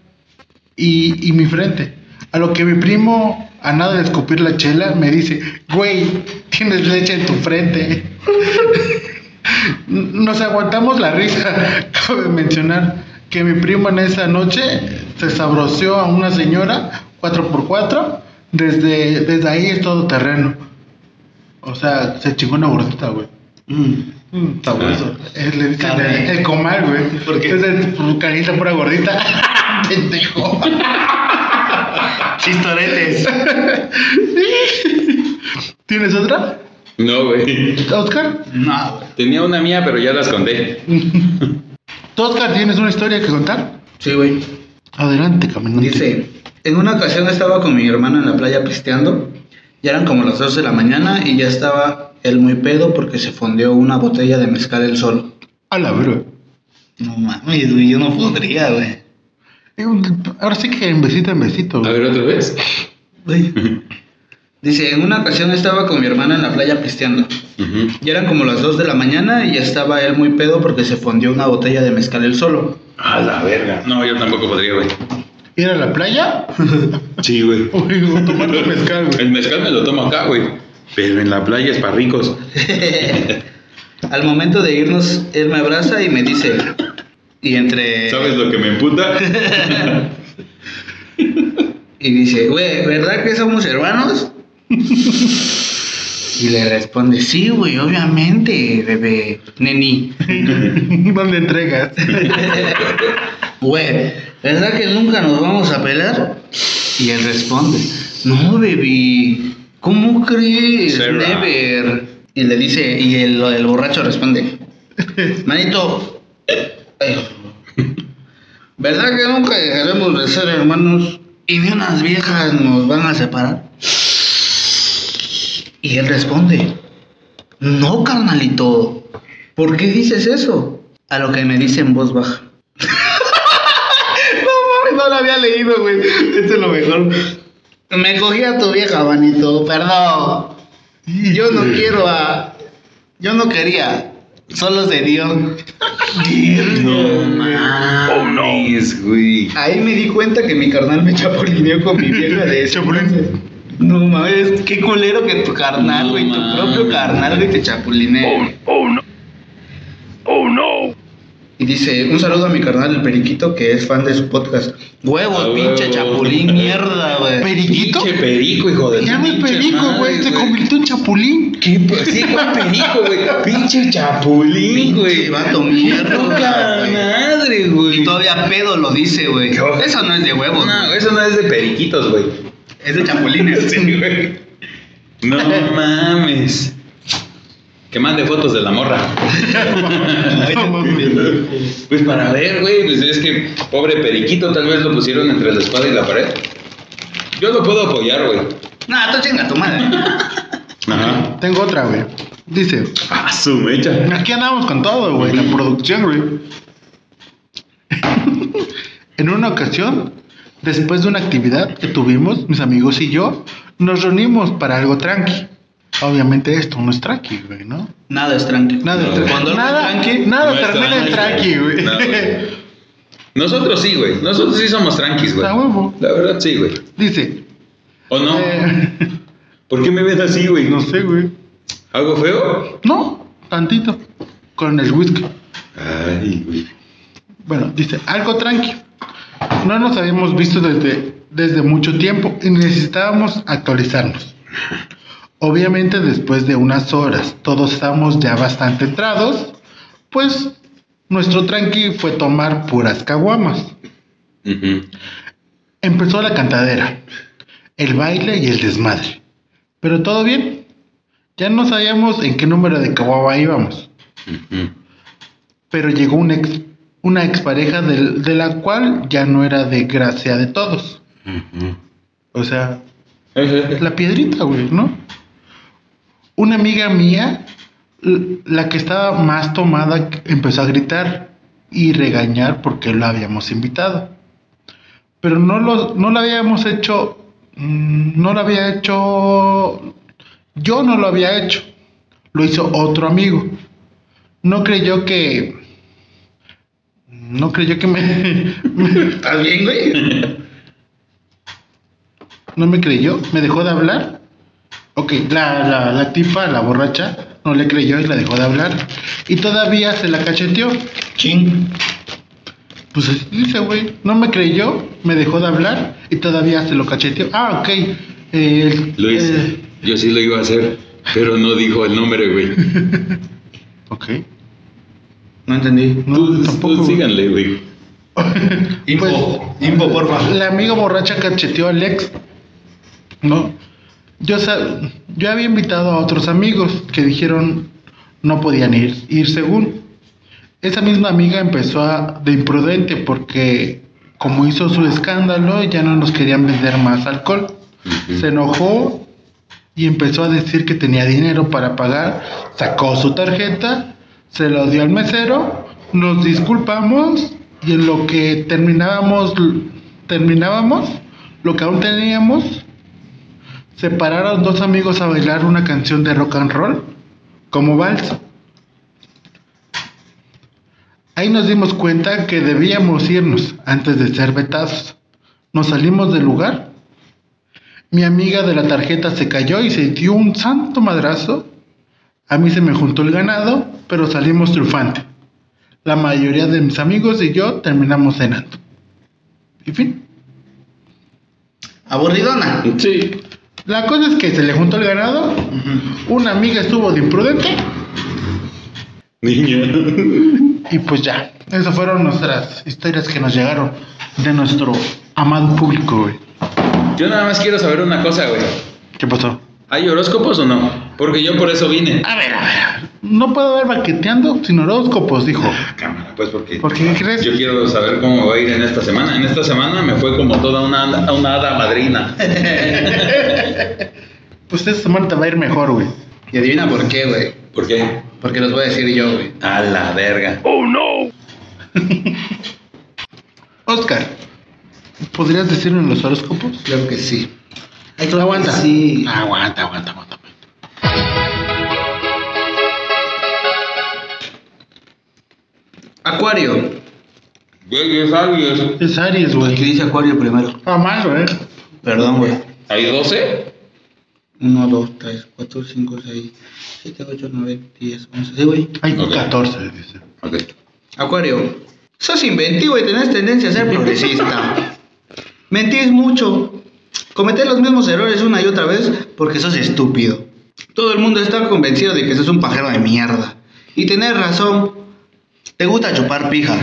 Speaker 5: y, y mi frente. A lo que mi primo, a nada de escupir la chela, me dice, güey, tienes leche en tu frente. Nos aguantamos la risa. Cabe mencionar que mi primo en esa noche se sabroseó a una señora 4x4. Desde, desde ahí es todo terreno. O sea, se chingó una gordita, güey.
Speaker 6: Mm.
Speaker 5: Mm, sabroso. Eh, le dicen
Speaker 6: Carne.
Speaker 5: el, el comal, güey.
Speaker 6: ¿Por qué?
Speaker 5: Es de carita pura gordita. Pendejo.
Speaker 6: Chistoretes.
Speaker 5: ¿Tienes otra?
Speaker 4: No, güey.
Speaker 5: Oscar.
Speaker 6: No, güey.
Speaker 4: Tenía una mía, pero ya las conté.
Speaker 5: ¿Tú, Oscar, tienes una historia que contar?
Speaker 6: Sí, güey.
Speaker 5: Adelante, caminante.
Speaker 6: Dice, en una ocasión estaba con mi hermana en la playa pisteando, ya eran como las 12 de la mañana y ya estaba él muy pedo porque se fondeó una botella de mezcal el sol.
Speaker 5: A la verga.
Speaker 6: No mames, güey, yo no podría, güey.
Speaker 5: Eh, Ahora sí que en besito en besito.
Speaker 4: A
Speaker 5: güey.
Speaker 4: ver, otra vez.
Speaker 6: Güey. Dice, en una ocasión estaba con mi hermana en la playa pisteando,
Speaker 4: Ujú.
Speaker 6: ya eran como las 2 de la mañana y ya estaba él muy pedo porque se fondeó una botella de mezcal el solo.
Speaker 4: A la verga. No, yo tampoco podría, güey.
Speaker 5: Ir a la playa
Speaker 4: Sí, güey.
Speaker 5: o o tomar tu mezcal, güey.
Speaker 4: El mezcal me lo tomo acá, güey. Pero en la playa es para ricos.
Speaker 6: Al momento de irnos, él me abraza y me dice, y entre...
Speaker 4: ¿Sabes lo que me emputa?
Speaker 6: Y dice, güey, ¿verdad que somos hermanos? y le responde, sí, güey, obviamente, bebé, neni.
Speaker 5: ¿Dónde entregas?
Speaker 6: Güey, ¿verdad que nunca nos vamos a pelar? Y él responde, no, bebé, ¿cómo crees?
Speaker 4: Será.
Speaker 6: Never. Y le dice, y el, el borracho responde, manito, ay, ¿verdad que nunca dejaremos de ser hermanos y de unas viejas nos van a separar? Y él responde, no, carnalito, ¿por qué dices eso? A lo que me dice en voz baja. no mames, no lo había leído, güey. Esto es lo mejor. Me cogí a tu vieja, manito, perdón. Yo no quiero a... Yo no quería. Solo se dio.
Speaker 4: No mames, güey.
Speaker 6: Ahí me di cuenta que mi carnal me chapulineó con mi vieja de ese No mames, qué culero que tu carnal,
Speaker 4: No
Speaker 6: güey, tu
Speaker 4: mames.
Speaker 6: propio carnal, güey, te chapulinea. Oh, no. Oh, no. Y
Speaker 3: Y dice, un saludo a mi carnal, el Periquito, que es fan de su podcast.
Speaker 6: Huevos,
Speaker 4: Ah,
Speaker 6: pinche
Speaker 4: huevo.
Speaker 6: chapulín, mierda, güey.
Speaker 5: ¿Periquito?
Speaker 4: Pinche perico, hijo de
Speaker 5: Ya
Speaker 4: tu
Speaker 5: no es
Speaker 4: pinche
Speaker 5: perico,
Speaker 4: madre,
Speaker 5: güey. Se convirtió en chapulín.
Speaker 4: ¿Qué? pe- Sí, güey, perico, güey. Pinche chapulín, güey.
Speaker 6: Pinche vato mierda,
Speaker 4: Puta
Speaker 6: güey.
Speaker 4: madre, güey.
Speaker 6: Y todavía pedo lo dice, güey.
Speaker 4: Yo-
Speaker 6: Eso no es de huevos,
Speaker 4: No,
Speaker 6: güey.
Speaker 4: eso no es de periquitos, güey.
Speaker 6: es de chapulines.
Speaker 4: Sí, güey. No mames. Que mande fotos de la morra. pues para ver, güey, pues es que pobre periquito, tal vez lo pusieron entre la espada y la pared. Yo lo puedo apoyar, güey.
Speaker 6: Nah, tú chinga tu madre.
Speaker 4: Ajá.
Speaker 5: Tengo otra, güey. Dice,
Speaker 4: Ah, su mecha.
Speaker 5: Aquí andamos con todo, güey, la producción, güey. en una ocasión, después de una actividad que tuvimos, mis amigos y yo, nos reunimos para algo tranqui. Obviamente esto no es tranqui, güey, ¿no?
Speaker 6: Nada es tranqui.
Speaker 5: Nada,
Speaker 4: No,
Speaker 5: tra-
Speaker 6: cuando algo
Speaker 5: nada,
Speaker 6: es tranqui,
Speaker 5: nada
Speaker 4: no es
Speaker 5: termina en
Speaker 4: tranqui,
Speaker 5: tranqui, güey.
Speaker 4: no, güey. Nosotros sí, güey. Nosotros sí somos tranquis, güey.
Speaker 5: Está huevo.
Speaker 4: La verdad sí, güey.
Speaker 5: Dice,
Speaker 4: ¿O no?
Speaker 5: eh,
Speaker 4: ¿Por qué me ves así, güey?
Speaker 5: no sé, güey.
Speaker 4: ¿Algo feo?
Speaker 5: No, tantito. Con el whisky.
Speaker 4: Ay, güey.
Speaker 5: Bueno, dice, algo tranqui. No nos habíamos visto desde, desde mucho tiempo y necesitábamos actualizarnos. Obviamente después de unas horas, todos estábamos ya bastante entrados, pues nuestro tranqui fue tomar puras caguamas.
Speaker 4: Ujú.
Speaker 5: Empezó la cantadera, el baile y el desmadre. Pero todo bien. Ya no sabíamos en qué número de caguama íbamos.
Speaker 4: Ujú.
Speaker 5: pero llegó un ex, una expareja del- de la cual ya no era de gracia de todos. O sea, la piedrita, güey, ¿no? Una amiga mía, l- la que estaba más tomada, que- empezó a gritar y regañar porque lo habíamos invitado. Pero no lo, no lo habíamos hecho, mm, no lo había hecho, yo no lo había hecho, lo hizo otro amigo. No creyó que, no creyó que me
Speaker 6: ¿Estás bien, güey?
Speaker 5: no me creyó, me dejó de hablar. Ok, la, la, la tipa, la borracha, no le creyó y la dejó de hablar. Y todavía se la cacheteó.
Speaker 6: Ching.
Speaker 5: Pues así dice, güey, no me creyó, me dejó de hablar y todavía se lo cacheteó. Ah, ok. eh,
Speaker 4: Lo hice.
Speaker 5: eh,
Speaker 4: Yo sí lo iba a hacer, pero no dijo el nombre, güey.
Speaker 5: ok.
Speaker 6: No entendí.
Speaker 5: No,
Speaker 4: Tú-
Speaker 5: tampoco,
Speaker 4: tú
Speaker 5: güey.
Speaker 4: síganle, güey.
Speaker 6: Info, info, porfa.
Speaker 5: Pues, La amiga borracha cacheteó al ex. No. Yo, sa- yo había invitado a otros amigos que dijeron no podían ir, ir según. Esa misma amiga empezó a- de imprudente porque como hizo su escándalo ya no nos querían vender más alcohol. Se enojó y empezó a decir que tenía dinero para pagar. Sacó su tarjeta, se lo dio al mesero, nos disculpamos y en lo que terminábamos, terminábamos, lo que aún teníamos, se pararon dos amigos a bailar una canción de rock and roll como vals. Ahí nos dimos cuenta que debíamos irnos antes de ser vetados. Nos salimos del lugar mi amiga de la tarjeta se cayó y se dio un santo madrazo. A mí se me juntó el ganado, pero salimos triunfante. La mayoría de mis amigos y yo terminamos cenando. Y fin.
Speaker 6: Aburridona.
Speaker 4: Sí.
Speaker 5: La cosa es que se le juntó el ganado, una amiga estuvo de imprudente
Speaker 4: Niña.
Speaker 5: y pues ya. Esas fueron nuestras historias que nos llegaron de nuestro amado público, güey.
Speaker 4: Yo nada más quiero saber una cosa, güey.
Speaker 5: ¿Qué pasó?
Speaker 4: ¿Hay horóscopos o no? Porque yo por eso vine.
Speaker 5: A ver, a ver. No puedo ver baqueteando sin horóscopos, dijo.
Speaker 4: Cámara, pues porque.
Speaker 5: ¿Por qué crees?
Speaker 4: Yo quiero saber cómo me va a ir en esta semana. En esta semana me fue como toda una, una hada madrina.
Speaker 5: Pues esta semana te va a ir mejor, güey.
Speaker 6: Y adivina por qué, güey.
Speaker 4: ¿Por qué?
Speaker 6: Porque los voy a decir yo, güey.
Speaker 4: A la verga.
Speaker 5: Oscar, ¿podrías decirme los horóscopos?
Speaker 6: Claro que sí.
Speaker 5: aguanta.
Speaker 6: Sí.
Speaker 5: Aguanta, aguanta, aguanta.
Speaker 6: Acuario.
Speaker 4: Güey, es Aries.
Speaker 5: Es Aries, güey.
Speaker 6: ¿Qué dice Acuario primero?
Speaker 5: Ah, mal, güey.
Speaker 6: Perdón, güey.
Speaker 4: ¿Hay 12?
Speaker 6: 1, 2, 3, 4, 5, 6, 7, 8, 9, 10, 11. Sí, güey.
Speaker 5: Hay
Speaker 4: Ok.
Speaker 5: 14, dice.
Speaker 4: Ok.
Speaker 6: Acuario, sos inventivo y tenés tendencia a ser progresista. Mentís mucho. Cometés los mismos errores una y otra vez porque sos estúpido. Todo el mundo está convencido de que sos un pajero de mierda. Y tenés razón. Te gusta chupar pija.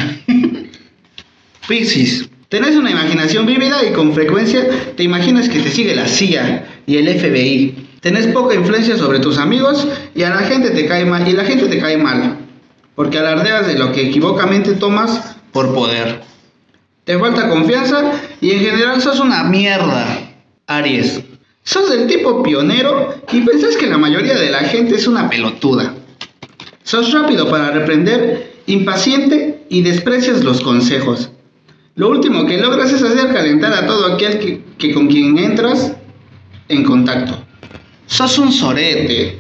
Speaker 6: Piscis, tenés una imaginación vívida y con frecuencia te imaginas que te sigue la CIA y el FBI. Tenés poca influencia sobre tus amigos y a la gente te cae mal y la gente te cae mal porque alardeas de lo que equivocamente tomas por poder. Te falta confianza y en general sos una mierda, Aries. Sos el tipo pionero y pensás que la mayoría de la gente es una pelotuda. Sos rápido para reprender, impaciente y desprecias los consejos. Lo último que logras es hacer calentar a todo aquel que, que con quien entras en contacto. Sos un sorete.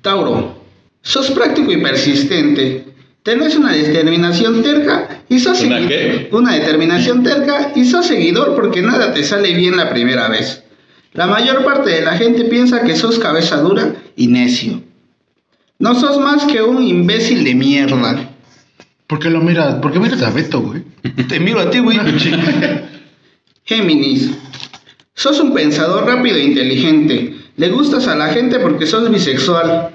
Speaker 6: Tauro, Sos práctico y persistente. Tenés una determinación terca y sos
Speaker 4: ¿Una
Speaker 6: segui-
Speaker 4: qué?
Speaker 6: una determinación terca y sos seguidor porque nada te sale bien la primera vez. La mayor parte de la gente piensa que sos cabeza dura y necio. No sos más que un imbécil de mierda.
Speaker 5: ¿Por qué lo miras? ¿Por qué miras a Beto, güey?
Speaker 6: Te miro a ti, güey. Géminis. Sos un pensador rápido e inteligente. Le gustas a la gente porque sos bisexual.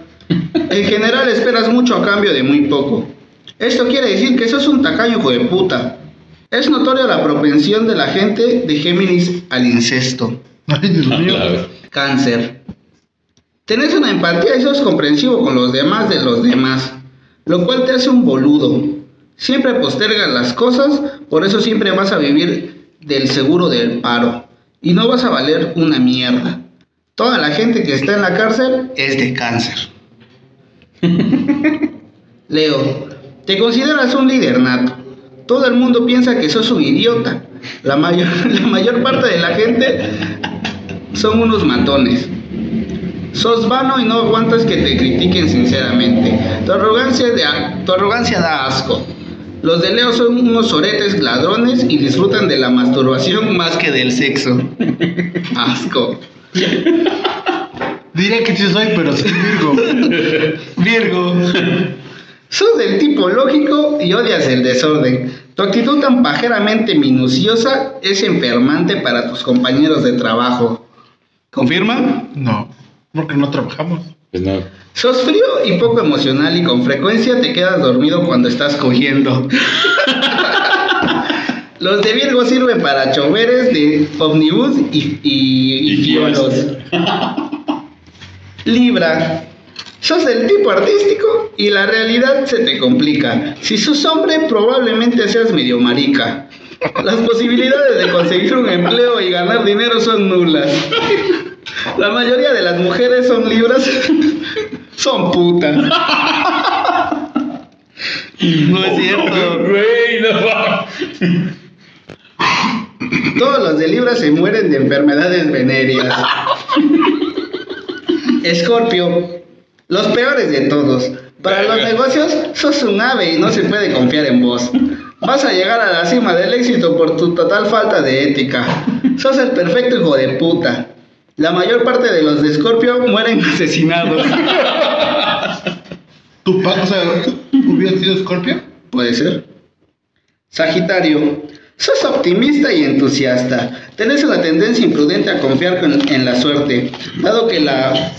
Speaker 6: En general esperas mucho a cambio de muy poco. Esto quiere decir que sos un tacaño hijo de puta. Es notoria la propensión de la gente de Géminis al incesto.
Speaker 5: Ay,
Speaker 6: Ah,
Speaker 5: Dios mío.
Speaker 6: Cáncer. Tenés una empatía y sos comprensivo con los demás de los demás, lo cual te hace un boludo. Siempre postergas las cosas, por eso siempre vas a vivir del seguro del paro y no vas a valer una mierda. Toda la gente que está en la cárcel es de cáncer. Leo, te consideras un líder nato. Todo el mundo piensa que sos un idiota. La mayor, la mayor parte de la gente son unos matones. Sos vano y no aguantas que te critiquen sinceramente. Tu arrogancia, de a- tu arrogancia da asco. Los de Leo son unos oretes ladrones y disfrutan de la masturbación más que del sexo. Asco.
Speaker 5: Diré que sí soy, pero soy Virgo.
Speaker 6: Virgo. Sos del tipo lógico y odias el desorden. Tu actitud tan pajeramente minuciosa es enfermante para tus compañeros de trabajo. ¿Confirma?
Speaker 5: No, porque no trabajamos.
Speaker 4: Pues no.
Speaker 6: Sos frío y poco emocional y con frecuencia te quedas dormido cuando estás cogiendo. Los de Virgo sirven para choveres de omnibus y, y, y
Speaker 4: Y
Speaker 6: fiolos. Libra. Sos del tipo artístico y la realidad se te complica. Si sos hombre, probablemente seas medio marica. Las posibilidades de conseguir un empleo y ganar dinero son nulas. La mayoría de las mujeres son libras, son putas. No es cierto.
Speaker 4: Güey, no va.
Speaker 6: Todos los de Libra se mueren de enfermedades venéreas. Escorpio, los peores de todos. Para los negocios, sos un ave y no se puede confiar en vos. Vas a llegar a la cima del éxito por tu total falta de ética. Sos el perfecto hijo de puta. La mayor parte de los de Escorpio mueren asesinados.
Speaker 5: ¿Tu pa- o sea, hubiera sido Scorpio?
Speaker 6: Puede ser. Sagitario, sos optimista y entusiasta. Tenés una tendencia imprudente a confiar con- en la suerte, dado que la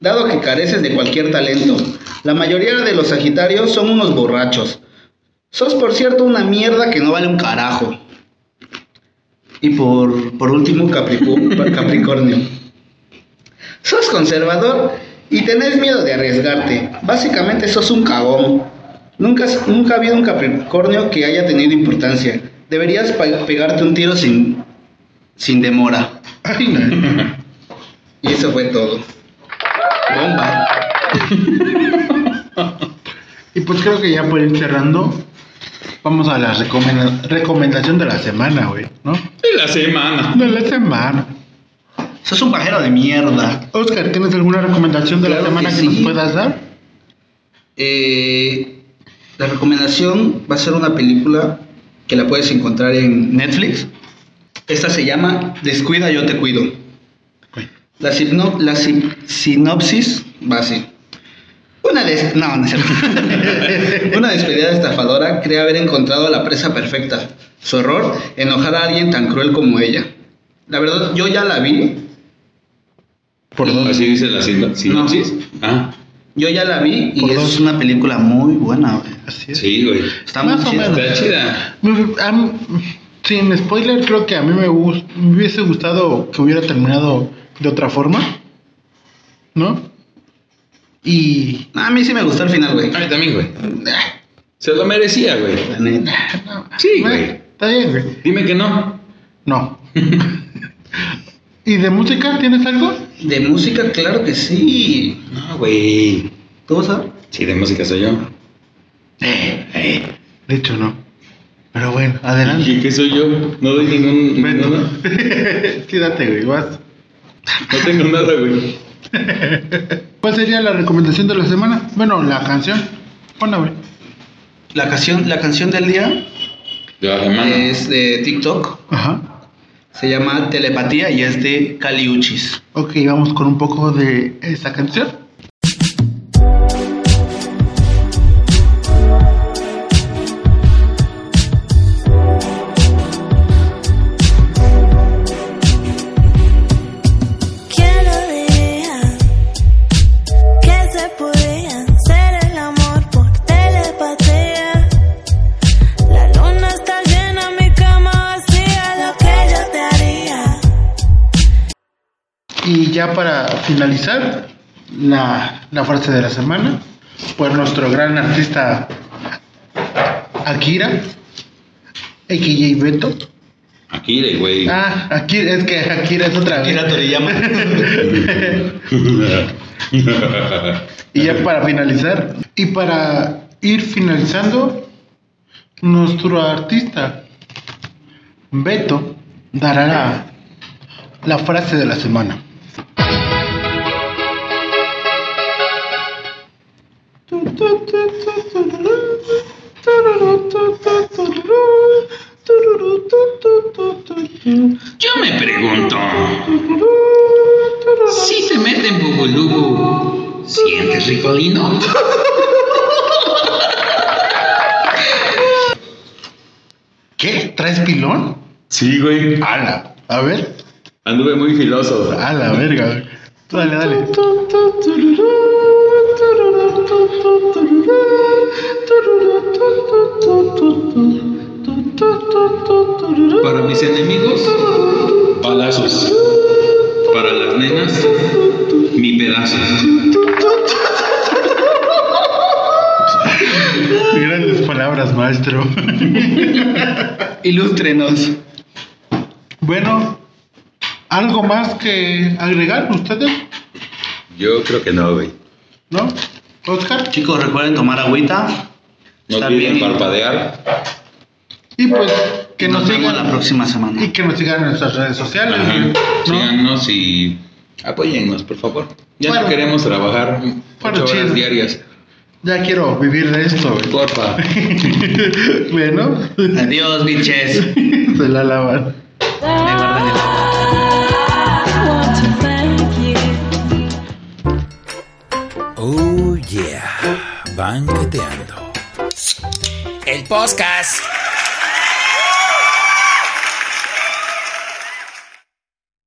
Speaker 6: dado que careces de cualquier talento. La mayoría de los Sagitarios son unos borrachos. Sos por cierto una mierda que no vale un carajo. Y por, por último, Capricu- Capricornio. Sos conservador y tenés miedo de arriesgarte. Básicamente sos un cagón. Nunca, has- nunca ha habido un Capricornio que haya tenido importancia. Deberías pa- pegarte un tiro sin, sin demora.
Speaker 5: Ay, no.
Speaker 6: Y eso fue todo. Bomba.
Speaker 5: Y pues creo que ya por ir cerrando, vamos a la recomenda- recomendación de la semana, güey, ¿no?
Speaker 4: De la semana.
Speaker 5: De la semana.
Speaker 6: Sos un pajero de mierda.
Speaker 5: Oscar, ¿tienes alguna recomendación de la
Speaker 6: Claro
Speaker 5: semana
Speaker 6: que
Speaker 5: que,
Speaker 6: sí.
Speaker 5: nos puedas dar?
Speaker 6: Eh, la recomendación va a ser una película que la puedes encontrar en Netflix. Esta se llama Descuida, yo te cuido. La, sino- la si- sinopsis va así. Un
Speaker 3: Una des- no, no es cierto. Una despedida estafadora cree haber encontrado a la presa perfecta. Su error, enojar a alguien tan cruel como ella. La verdad, yo ya la vi.
Speaker 5: ¿Por dónde?
Speaker 4: Así dice la sin- sinopsis. Ah,
Speaker 3: Yo ya la vi y
Speaker 5: Por
Speaker 3: es
Speaker 5: dos.
Speaker 3: una película muy buena, güey.
Speaker 5: Así es.
Speaker 4: sí, güey.
Speaker 3: Está
Speaker 5: Más
Speaker 3: muy
Speaker 5: o
Speaker 3: chida.
Speaker 5: menos.
Speaker 4: Está chida.
Speaker 5: Me- a mí- Pues, sin spoiler, creo que a mí me, gust- me hubiese gustado que hubiera terminado de otra forma. ¿No? Y.
Speaker 3: A mí sí me gustó el final, güey.
Speaker 4: A mí también, güey. Se lo merecía, güey.
Speaker 3: La neta.
Speaker 4: Sí,
Speaker 5: Bueno,
Speaker 4: güey.
Speaker 5: Ah, Está bien, güey.
Speaker 4: Dime que no.
Speaker 5: No. ¿Y de música tienes algo?
Speaker 3: De música, claro que sí.
Speaker 4: No, güey.
Speaker 3: ¿Tú vas a ver?
Speaker 4: Sí, de música soy yo. Eh.
Speaker 5: De hecho, no. Pero bueno, adelante.
Speaker 4: ¿Y qué soy yo? No doy ningún.
Speaker 5: Ven.
Speaker 4: No, no,
Speaker 5: sí, date, güey, vas.
Speaker 4: no tengo nada, güey.
Speaker 5: ¿Cuál sería la recomendación de la semana? Bueno, la canción. Ponla, güey.
Speaker 3: La canción, la canción del día
Speaker 4: De la semana.
Speaker 3: es de TikTok.
Speaker 5: Ajá.
Speaker 3: Se llama Telepatía y es de Caliuchis.
Speaker 5: Ok, vamos con un poco de esa canción.
Speaker 9: Quiero diría que se podía hacer el amor por telepatía. La luna está llena, mi cama vacía, lo que yo te haría.
Speaker 5: Y ya para finalizar, la, la frase de la semana. Pues nuestro gran artista Akira, AKJ Beto.
Speaker 4: Aquí, de güey.
Speaker 5: Ah, Akira, es que Akira es otra vez.
Speaker 3: Akira Toriyama.
Speaker 5: Y ya para finalizar, y para ir finalizando, nuestro artista Beto dará la, la frase de la semana.
Speaker 2: Yo me pregunto, si te meten bubulubu, ¿sientes ricolino?
Speaker 5: ¿Qué? ¿Traes pilón?
Speaker 4: Sí, güey.
Speaker 5: Ala. A ver.
Speaker 4: Anduve muy filoso.
Speaker 5: A la verga. güey. Tú Dale, dale.
Speaker 4: Para mis enemigos, balazos. Para las nenas, mi pedazo.
Speaker 5: Grandes palabras, maestro.
Speaker 3: Ilústrenos.
Speaker 5: bueno, ¿algo más que agregar ustedes?
Speaker 4: Yo creo que no, güey.
Speaker 5: ¿No? Oscar.
Speaker 6: Chicos, recuerden tomar agüita.
Speaker 4: No
Speaker 6: Está
Speaker 4: olviden
Speaker 6: bien.
Speaker 4: parpadear.
Speaker 5: Y pues que nos,
Speaker 6: nos vemos
Speaker 5: sigan
Speaker 6: la próxima semana.
Speaker 5: y que nos sigan en nuestras redes sociales.
Speaker 4: Ajá.
Speaker 5: güey, ¿no?
Speaker 4: Síganos y apóyennos, por favor. Ya
Speaker 5: Bueno.
Speaker 4: no queremos trabajar
Speaker 5: Bueno,
Speaker 4: ocho horas
Speaker 5: chido.
Speaker 4: diarias.
Speaker 5: Ya quiero vivir de esto. güey.
Speaker 4: Porfa.
Speaker 5: bueno,
Speaker 6: Adiós, biches.
Speaker 5: se la lavan.
Speaker 9: I want to thank you.
Speaker 1: Oh yeah, banqueteando.
Speaker 2: El podcast.